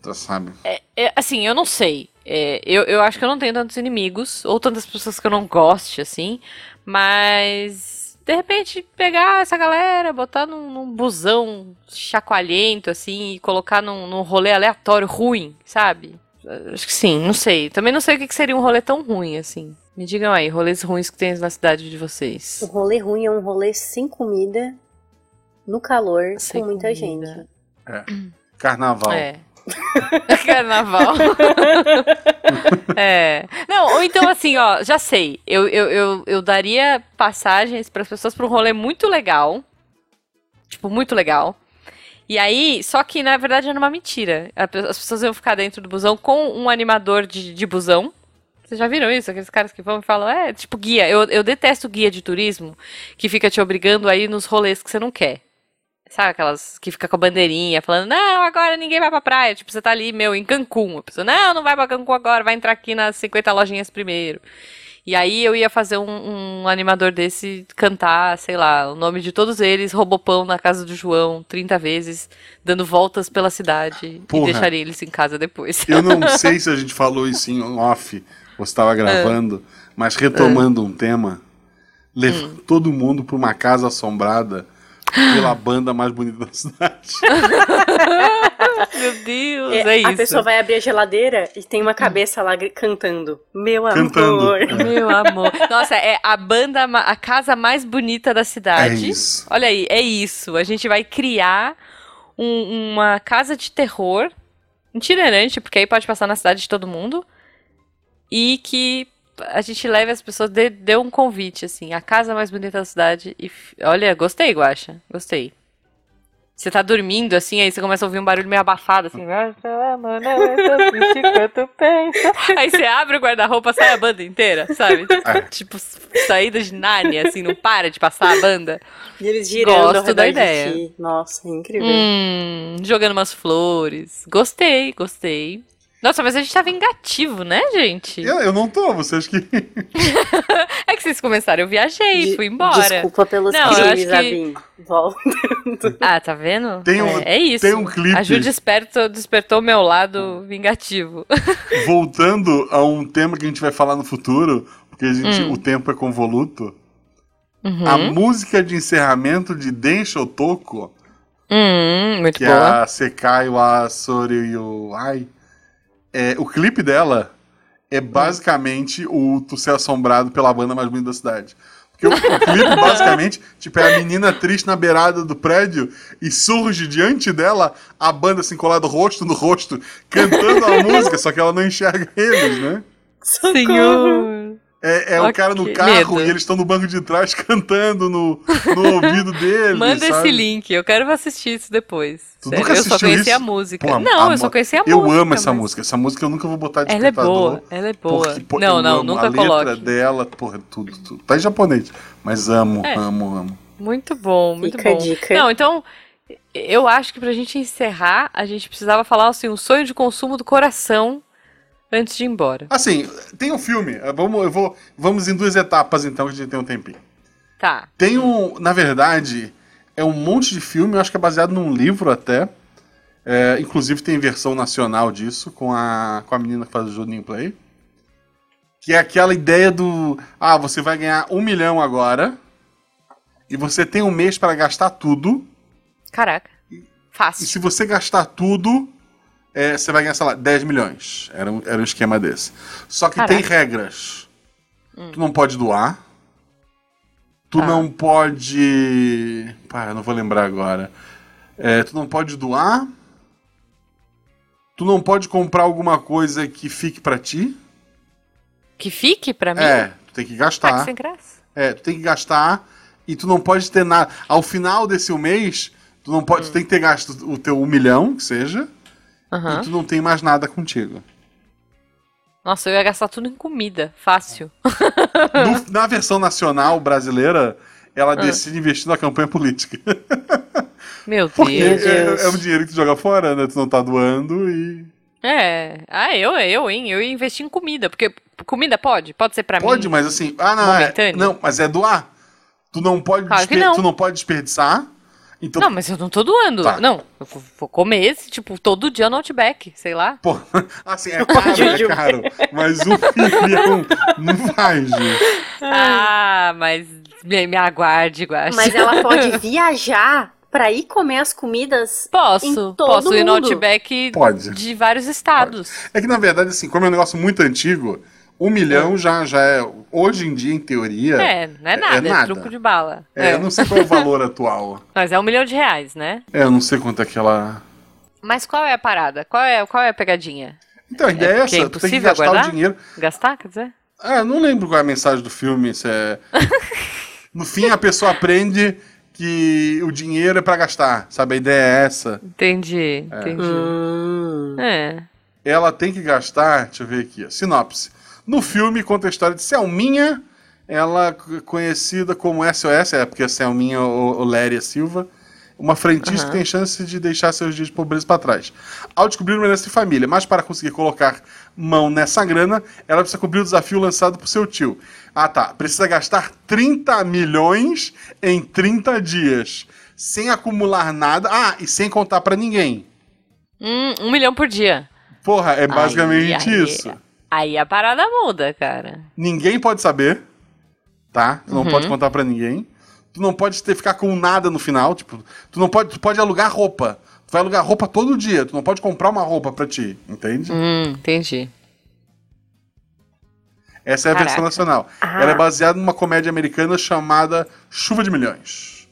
Tu sabe?
É, assim, eu não sei. É, eu, eu acho que eu não tenho tantos inimigos, ou tantas pessoas que eu não goste, assim. Mas, de repente, pegar essa galera, botar num, num busão chacoalhento, assim, e colocar num, num rolê aleatório ruim, sabe? Acho que sim, não sei. Também não sei o que que seria um rolê tão ruim, assim. Me digam aí, rolês ruins que tem na cidade de
Um
vocês.
rolê ruim é um rolê sem comida, no calor,
Sem
com
comida.
muita gente.
É. Carnaval.
É. Carnaval. é. Não, ou então assim, ó, já sei. Eu, eu, eu, eu daria passagens para as pessoas para um rolê muito legal. Tipo, muito legal. E aí, só que na verdade era uma mentira. A pe- As pessoas iam ficar dentro do busão com um animador de, de busão. Vocês já viram isso? Aqueles caras que vão e falam, é, tipo guia. Eu, eu detesto guia de turismo que fica te obrigando aí nos rolês que você não quer. Sabe aquelas que fica com a bandeirinha falando, não, agora ninguém vai pra praia. Tipo, você tá ali, meu, em Cancún. A pessoa, não, não vai pra Cancún agora, vai entrar aqui nas 50 lojinhas primeiro. E aí eu ia fazer um, um animador desse cantar, sei lá, o nome de todos eles, Robopão na casa do João, 30 vezes, dando voltas pela cidade
Porra.
e deixaria eles em casa depois.
Eu não sei se a gente falou isso em off ou se
É.
estava gravando, mas retomando um tema, levou
Hum.
todo mundo para uma casa assombrada pela banda mais bonita da cidade.
Meu Deus,
É,
é, isso.
A pessoa vai abrir a geladeira e tem uma cabeça lá gri- cantando. Meu
Cantando.
amor.
Meu amor. Nossa, é a banda, ma- a casa mais bonita da
É
cidade.
isso.
Olha aí, é isso. A gente vai criar um- uma casa de terror itinerante, porque aí pode passar na cidade de todo mundo. E que a gente leve as pessoas, dê, dê um convite, assim, a casa mais bonita da cidade. E, f- olha, gostei, Guaxa. Gostei. Você tá dormindo, assim, aí você começa a ouvir um barulho meio abafado, assim. é, tá aí você abre o guarda-roupa, sai a banda inteira, sabe?
É.
Tipo, saída de Narnia, assim, não para de passar a banda.
E eles girando ao
Gosto da
redor
ideia.
de ti. Nossa, é incrível.
Hum, jogando umas flores. Gostei, gostei. Nossa, mas a gente tá vingativo, né, gente?
Eu, eu não tô, vocês que.
É que vocês começaram, eu viajei,
De-
fui embora.
Desculpa pelos
Não, eu
crimes,
acho que-
Abin. Volta.
Ah, tá vendo?
Tem um-
é, é isso.
tem um clipe.
A Ju despertou, despertou o meu lado vingativo.
Voltando a um tema que a gente vai falar no futuro, porque a gente, o tempo é convoluto. A
Ah,
música de encerramento de Densho Toco,
Hum, muito
que é
boa.
a Sekai wa Soryu Yo Ai, é, o clipe dela
Hum.
é basicamente o Tu Ser Assombrado pela banda mais bonita da cidade. Porque o, o clipe, basicamente, tipo, é a menina triste na beirada do prédio e surge diante dela a banda assim, colada rosto no rosto, cantando a música, só que ela não enxerga eles, né?
Socorro.
Senhor.
É, é o
Ok,
cara no carro
medo.
e eles estão no banco de trás cantando no, no ouvido dele.
Manda
sabe?
esse link, eu quero assistir isso depois.
Tu
Sério,
nunca
eu só
assistiu
conheci
isso?
a música.
Pô, a-
não,
a
eu só
mu-
conheci a
eu
música.
amo essa
Tá então, mas-
música. Essa música eu nunca vou botar de
Ela é boa, ela é boa.
pô,
não,
eu
não,
amo.
nunca
a letra
coloque.
dela, porra, tudo, tudo. Tá em japonês. Mas amo,
É.
amo, amo.
Muito bom, muito
Fica a
bom.
dica.
Não, então, eu acho que pra gente encerrar, a gente precisava falar assim, um sonho de consumo do coração antes de ir embora.
Assim, tem um filme. eh, Vamos, eu vou, vamos em duas etapas então, que a gente tem um tempinho.
Tá.
Tem um, na verdade, é um monte de filme, eu acho que é baseado num livro até. É, inclusive tem versão nacional disso, com a, com a menina que faz o Juninho Play. Que é aquela ideia do. Ah, você vai ganhar um milhão agora. E você tem um mês para gastar tudo.
Caraca.
E
Fácil.
se você gastar tudo, é, você vai ganhar, sei lá, 10 milhões. Era um, era um esquema desse. Só que tem
Caraca. Hum.
regras. Tu não pode doar. Tu
Tá.
não pode. Pá, eu não vou lembrar agora. É, tu não pode doar. Tu não pode comprar alguma coisa que fique pra ti.
Que fique pra mim?
É, tu tem que
Ah, Hum? que
gastar.
sem graça.
É, tu tem que gastar e tu não pode ter nada. Ao final desse mês, tu não
Hum.
pode. Tu tem que ter gasto o teu um milhão, que seja,
Aham.
e tu não tem mais nada contigo.
Nossa, eu ia gastar tudo em comida. Fácil.
No- na versão nacional brasileira, ela decide investir na campanha política.
Meu
Porque
Deus.
é, é um dinheiro que tu joga fora, né? Tu não tá doando e.
É. Ah, eu, eu, hein? Eu ia investir em comida. Porque comida pode? Pode ser pra
Pode,
mim?
mas assim. Ah, não, é,
Momentâneo.
não, mas é doar. Tu não pode,
Claro que
desper-
não.
Tu não pode desperdiçar. Então,
Não, mas eu não tô doando.
Tá.
Não, eu vou- vou comer esse, tipo, todo dia no Outback, sei lá.
pô, assim, é caro, é
Jujuba.
caro. Mas um milhão não vai, Ju.
Ah, mas me, me aguarde, Guaxa.
Mas ela pode viajar pra ir comer as comidas. em
Posso,
todo
posso ir no
mundo.
Outback
Pode.
de vários estados.
É que, na verdade, assim, como é um negócio muito antigo, um milhão já, já é. Hoje em dia, em teoria.
Hum. É, não é nada, é,
nada.
truco de bala.
É,
É.
eu não sei qual é o valor atual.
Mas é um milhão de reais, né?
É, eu não sei quanto é que ela.
Mas qual é a parada? Qual é, qual é a pegadinha?
Então, a ideia é,
porque é
essa, tu tem que
impossível
gastar o
guardar?
dinheiro.
Gastar, quer dizer?
Ah, eu não lembro qual é a mensagem do filme, se é... No fim, a pessoa aprende que o dinheiro é pra gastar, sabe? A ideia é essa. É.
Entendi, entendi.
Hum.
É.
Ela tem que gastar, deixa eu ver aqui, ó, sinopse. No filme, conta a história de Selminha, ela c- conhecida como SOS, é porque é Selminha ou ou Léria Silva, uma frentista que tem chance de deixar seus dias de pobreza pra trás. Ao descobrir o merece de família, mas para conseguir colocar mão nessa grana, ela precisa cumprir o desafio lançado por seu tio. Ah tá, precisa gastar 30 milhões em 30 dias, sem acumular nada, ah, e sem contar pra ninguém.
Hum, um milhão por dia.
Porra, é basicamente
Aí- aí-
isso.
Aí a parada muda, cara.
Ninguém pode saber, tá? Tu não pode
Uhum.
contar pra ninguém. Tu não pode ter, ficar com nada no final, tipo, tu não pode, tu pode alugar roupa. Tu vai alugar roupa todo dia, tu não pode comprar uma roupa pra ti, entende?
Hum, entendi.
Essa é a
Caraca. Ah.
versão nacional. Ela é baseada numa comédia americana chamada Chuva de Milhões,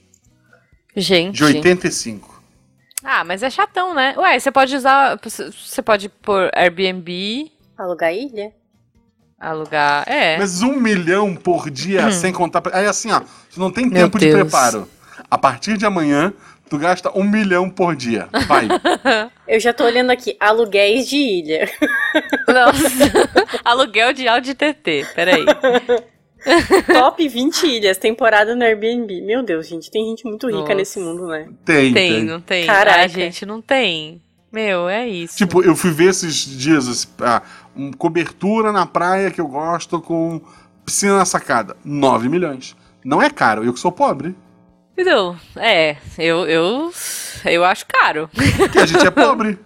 Gente.
de 85.
Ah, mas é chatão, né? Ué, você pode usar. Você pode pôr Airbnb,
Alugar ilha?
alugar. É. Hum.
Mas um milhão por dia sem contar. Pra... Aí assim, ó, tu não tem
Meu
tempo de
Deus.
preparo. A partir de amanhã, tu gasta um milhão por dia. Vai.
Eu já tô olhando aqui, aluguéis de ilha.
Nossa. Aluguel de áudio TT. Peraí.
Top 20 ilhas, temporada no Airbnb. Meu Deus, gente, tem gente muito rica
Nossa.
nesse mundo, né?
Tem,
Tem, não tem.
Caraca.
Ai, gente, não tem. Meu, é isso.
Tipo, eu fui ver esses dias esse- ah, um, cobertura na praia que eu gosto com piscina na sacada. 9 milhões. Não é caro, eu que sou pobre.
Então, é, eu, eu, eu acho caro.
Porque a gente é pobre.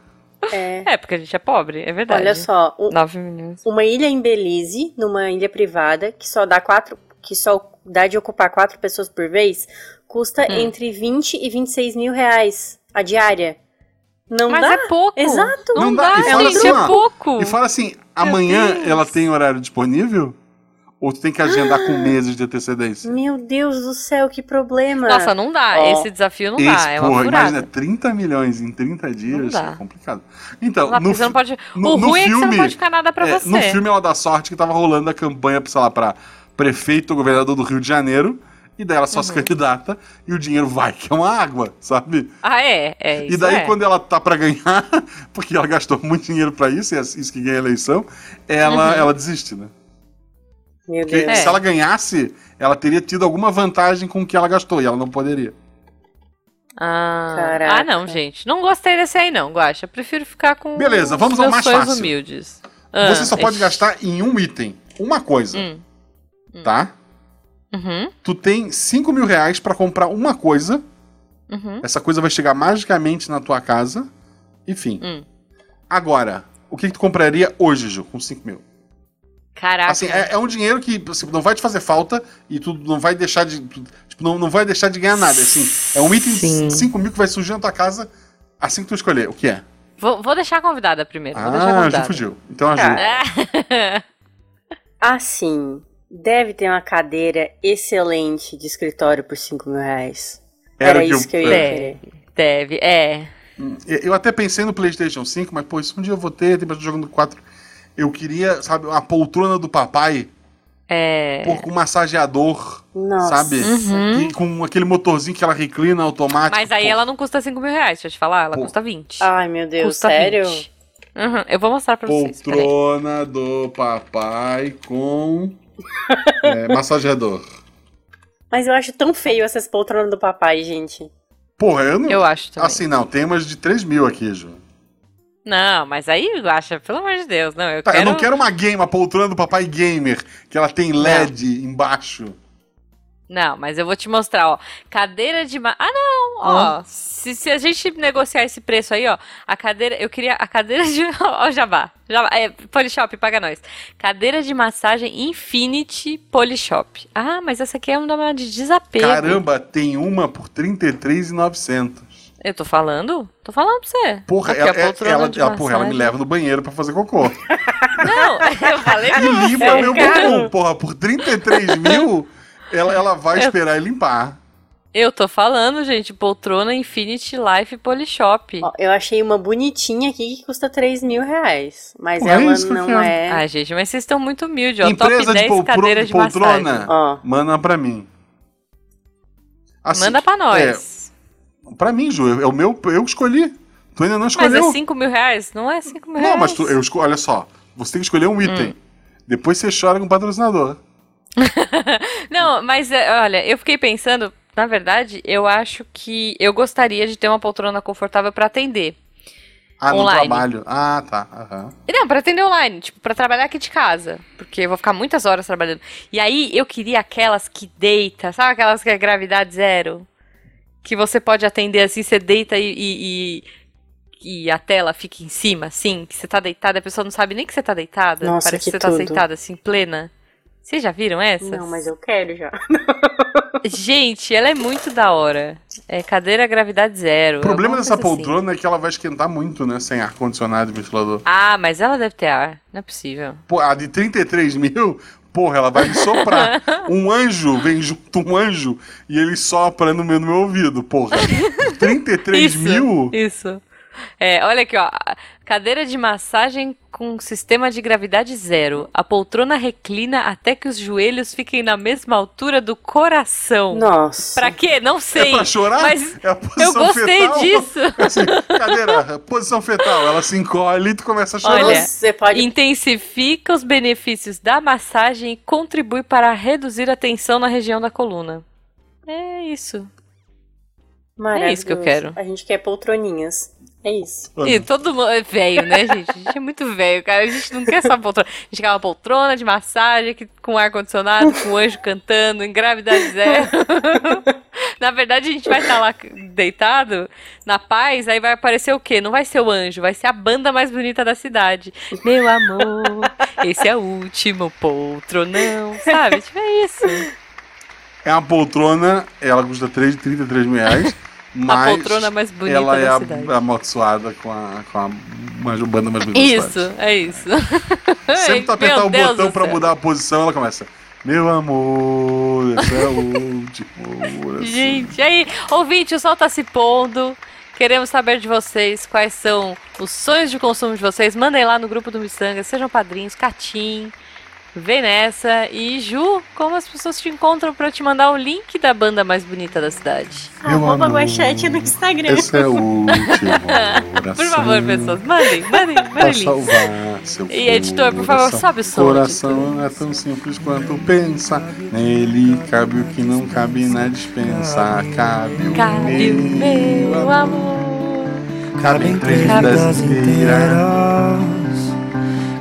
É.
É, porque a gente é pobre, é verdade.
Olha só, um-
9 milhões.
uma ilha em Belize, numa ilha privada, que só dá quatro, que só dá de ocupar quatro pessoas por vez, custa
Hum.
entre 20 e 26 mil reais a diária. Não
Mas
dá?
é pouco.
Exato.
Não,
Não dá,
dá,
um
e fala
gente,
assim, ó,
é pouco.
E fala assim: amanhã
Deus.
ela tem horário disponível? Ou tu tem que agendar
Ah.
com meses de antecedência?
Meu Deus do céu, que problema.
Nossa, não dá.
Ó.
Esse desafio não
Esse,
dá, é uma
porra,
furada.
imagina, 30 milhões em 30 dias
dá.
é complicado. Então,
Não dá,
no,
porque você não
fi-
pode...
no-
o
no
ruim é que você não
filme-
pode ficar nada pra
É,
você.
no filme ela dá sorte que tava rolando a campanha, sei lá, pra prefeito ou governador do Rio de Janeiro, e daí ela só
Uhum.
se candidata e o dinheiro vai, que é uma água, sabe?
Ah, é, é isso.
e daí
é.
quando ela tá pra ganhar, porque ela gastou muito dinheiro pra isso, e é isso que ganha a eleição, ela, ela desiste, né?
Meu
Porque
Deus.
Uhum. É.
se ela ganhasse, ela teria tido alguma vantagem com o que ela gastou, e ela não poderia.
Ah,
Caraca.
ah, não, gente. Não gostei desse aí, não, Guaxa. Eu prefiro ficar com
Beleza,
os
vamos ao
meus
mais
sonhos
fácil.
humildes. Ah,
Você só pode
ixi.
gastar em um item, uma coisa,
Hum.
tá?
Uhum,
Tu tem 5 mil reais pra comprar uma coisa,
uhum.
Essa coisa vai chegar magicamente na tua casa. Enfim.
Hum.
Agora, o que, que tu compraria hoje, Ju, com 5 mil?
Caraca.
Assim, é, é um dinheiro que assim, não vai te fazer falta e tu não vai deixar de. tu- tipo, não, não vai deixar de ganhar nada. Assim, é um item
Sim.
de 5 mil que vai surgir na tua casa assim que tu escolher. O que é?
Vou, vou deixar a convidada primeiro. vou deixar a
ah, a Ju
convidada.
fugiu. Então a Ju.
Cara,
É.
Assim, deve ter uma cadeira excelente de escritório por 5 mil reais.
Era um
Era,
o que eu-
isso que eu ia
é.
querer.
Deve, é.
Eu até pensei um no PlayStation 5, mas pô, isso um dia eu vou ter, tem bastante jogando 4. Eu queria, sabe, a poltrona do papai
É. Uhum.
por, com massageador,
Nossa.
sabe? E com aquele motorzinho que ela reclina automático.
Mas aí
Pô,
ela não custa 5 mil reais, deixa eu te falar. Ela
Pô.
custa 20.
Ai, meu Deus,
custa
Ah, sério?
20. Uhum, eu vou mostrar pra vocês. peraí.
Poltrona do papai com é, massageador.
Mas eu acho tão feio essas poltronas do papai, gente.
Porra, eu não.
Eu acho também.
assim, não, tem umas de 3 mil aqui, Ju.
Não, mas aí, acha, pelo amor de Deus, não. Eu
Tá,
quero...
eu não quero uma game, uma poltrona do papai gamer, que ela tem LED embaixo.
Não, mas eu vou te mostrar, ó. Cadeira de. ma- Ah, não! Ó, se, se a gente negociar esse preço aí, ó, a cadeira. Eu queria. A cadeira de. Ó, o jabá. jabá é, Polishop, paga nós. Cadeira de massagem Infinity Polishop. Ah, mas essa aqui é uma de desapego.
Caramba, tem uma por 33,900.
Eu tô falando? Tô falando pra você.
Porra,
Aqui, é
ela, é,
a poltrona
ela-
de
ela- porra, ela me
massagem.
leva no banheiro pra fazer cocô.
Não, eu falei pra
E limpa
você.
meu cocô, porra. Por 33 mil, ela, ela vai esperar ele limpar.
Eu tô falando, gente. Poltrona Infinity Life Polishop.
Ó, eu achei uma bonitinha aqui que custa 3 mil reais. Mas
Ué,
ela
isso que eu
não
quero.
é.
Ai, gente, mas vocês estão muito humildes, ó.
Empresa
Top
de,
10
poltro-
cadeiras
de
de massagem.
poltrona,
Ó.
manda pra mim. Assim,
Manda pra nós.
Pra mim, Ju, é o meu, eu escolhi. Tu ainda não
Mas
escolheu.
é 5 mil reais? Não é 5 mil reais.
Não, mas tu, eu escolho. Olha só, você tem que escolher um item.
Hum.
Depois você chora com o patrocinador.
Não, mas é, olha, eu fiquei pensando, na verdade, eu acho que eu gostaria de ter uma poltrona confortável pra atender.
Ah, no
Online.
trabalho. Ah, tá. aham.
E Não, pra atender online, tipo, pra trabalhar aqui de casa. Porque eu vou ficar muitas horas trabalhando. E aí eu queria aquelas que deita, sabe aquelas que é gravidade zero? Que você pode atender assim, você deita e, e, e- e a tela fica em cima, assim, que você tá deitada, a pessoa não sabe nem que você tá deitada.
Nossa,
parece que,
que
você tá
tudo.
sentada assim, plena. Vocês já viram essas?
Não, mas eu quero já.
Gente, ela é muito da hora. É cadeira gravidade zero.
O problema
alguma
dessa
coisa assim.
poltrona é que ela vai esquentar muito, né? Sem ar-condicionado e ventilador.
Ah, mas ela deve ter ar. Não é possível.
Pô, a de 33 mil, porra, ela vai me soprar. um anjo, vem junto um anjo e ele sopra no meu, no meu ouvido, porra. 33
Isso,
mil?
Isso. É, olha aqui, ó. Cadeira de massagem com sistema de gravidade zero. A poltrona reclina até que os joelhos fiquem na mesma altura do coração.
Nossa.
Pra quê? Não
É
sei.
pra chorar?
Mas
é a
eu
posição
gostei
fetal?
disso.
Assim, cadeira, posição fetal. Ela se encolhe e tu começa a chorar.
Olha,
Nossa, você pode.
Intensifica os benefícios da massagem e contribui para reduzir a tensão na região da coluna. É isso. é isso que eu
Maravilhoso.
quero.
A gente quer poltroninhas. É isso.
E todo mundo é velho, né, gente? A gente é muito velho, cara. A gente não quer só poltrona. A gente quer uma poltrona de massagem que, com ar-condicionado, com anjo cantando, em gravidade zero. na verdade, a gente vai estar lá deitado, na paz, aí vai aparecer o quê? Não vai ser o anjo, vai ser a banda mais bonita da cidade. Meu amor, esse é o último poltronão, sabe? Tipo, é isso.
É uma poltrona, ela custa 3, 33 mil reais.
A
Mas
poltrona mais bonita
ela é
da
a-
cidade.
amaldiçoada com a, com a mais- banda mais bonita da cidade.
Isso, é isso.
Sempre tu
Meu
apertar o
Deus
botão
do
pra
céu.
mudar a posição, ela começa. Meu amor, esse é o último. assim."
Gente, aí, ouvinte, o sol tá se pondo. Queremos saber de vocês quais são os sonhos de consumo de vocês. Mandem lá no grupo do Missanga, sejam padrinhos, catim. Vem nessa. E Ju, como as pessoas te encontram pra te mandar o link da banda mais bonita da cidade?
é Meu
Arroba
amor,
Guaxete no Instagram.
Esse é o último.
Por favor,
oração
pessoas, mandem, mandem,
Pra
mandem links.
salvar seu
E editor, por favor, um
coração.
sobe o som.
Coração é tão simples quanto pensa. Nele cabe o que não cabe na dispensa. Cabe o
Cabe o meu amor.
Cabem
Cabem
três
três
das
das
inteiras.
inteiras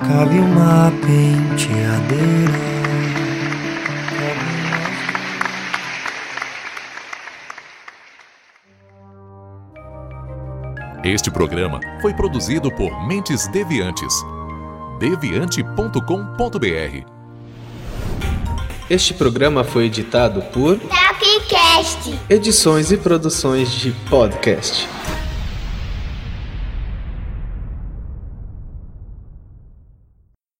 Cabe uma penteadeira
Este programa foi produzido por Mentes Deviantes. deviante.com.br
Este programa foi editado por
Tapcast.
Edições e Produções de Podcast.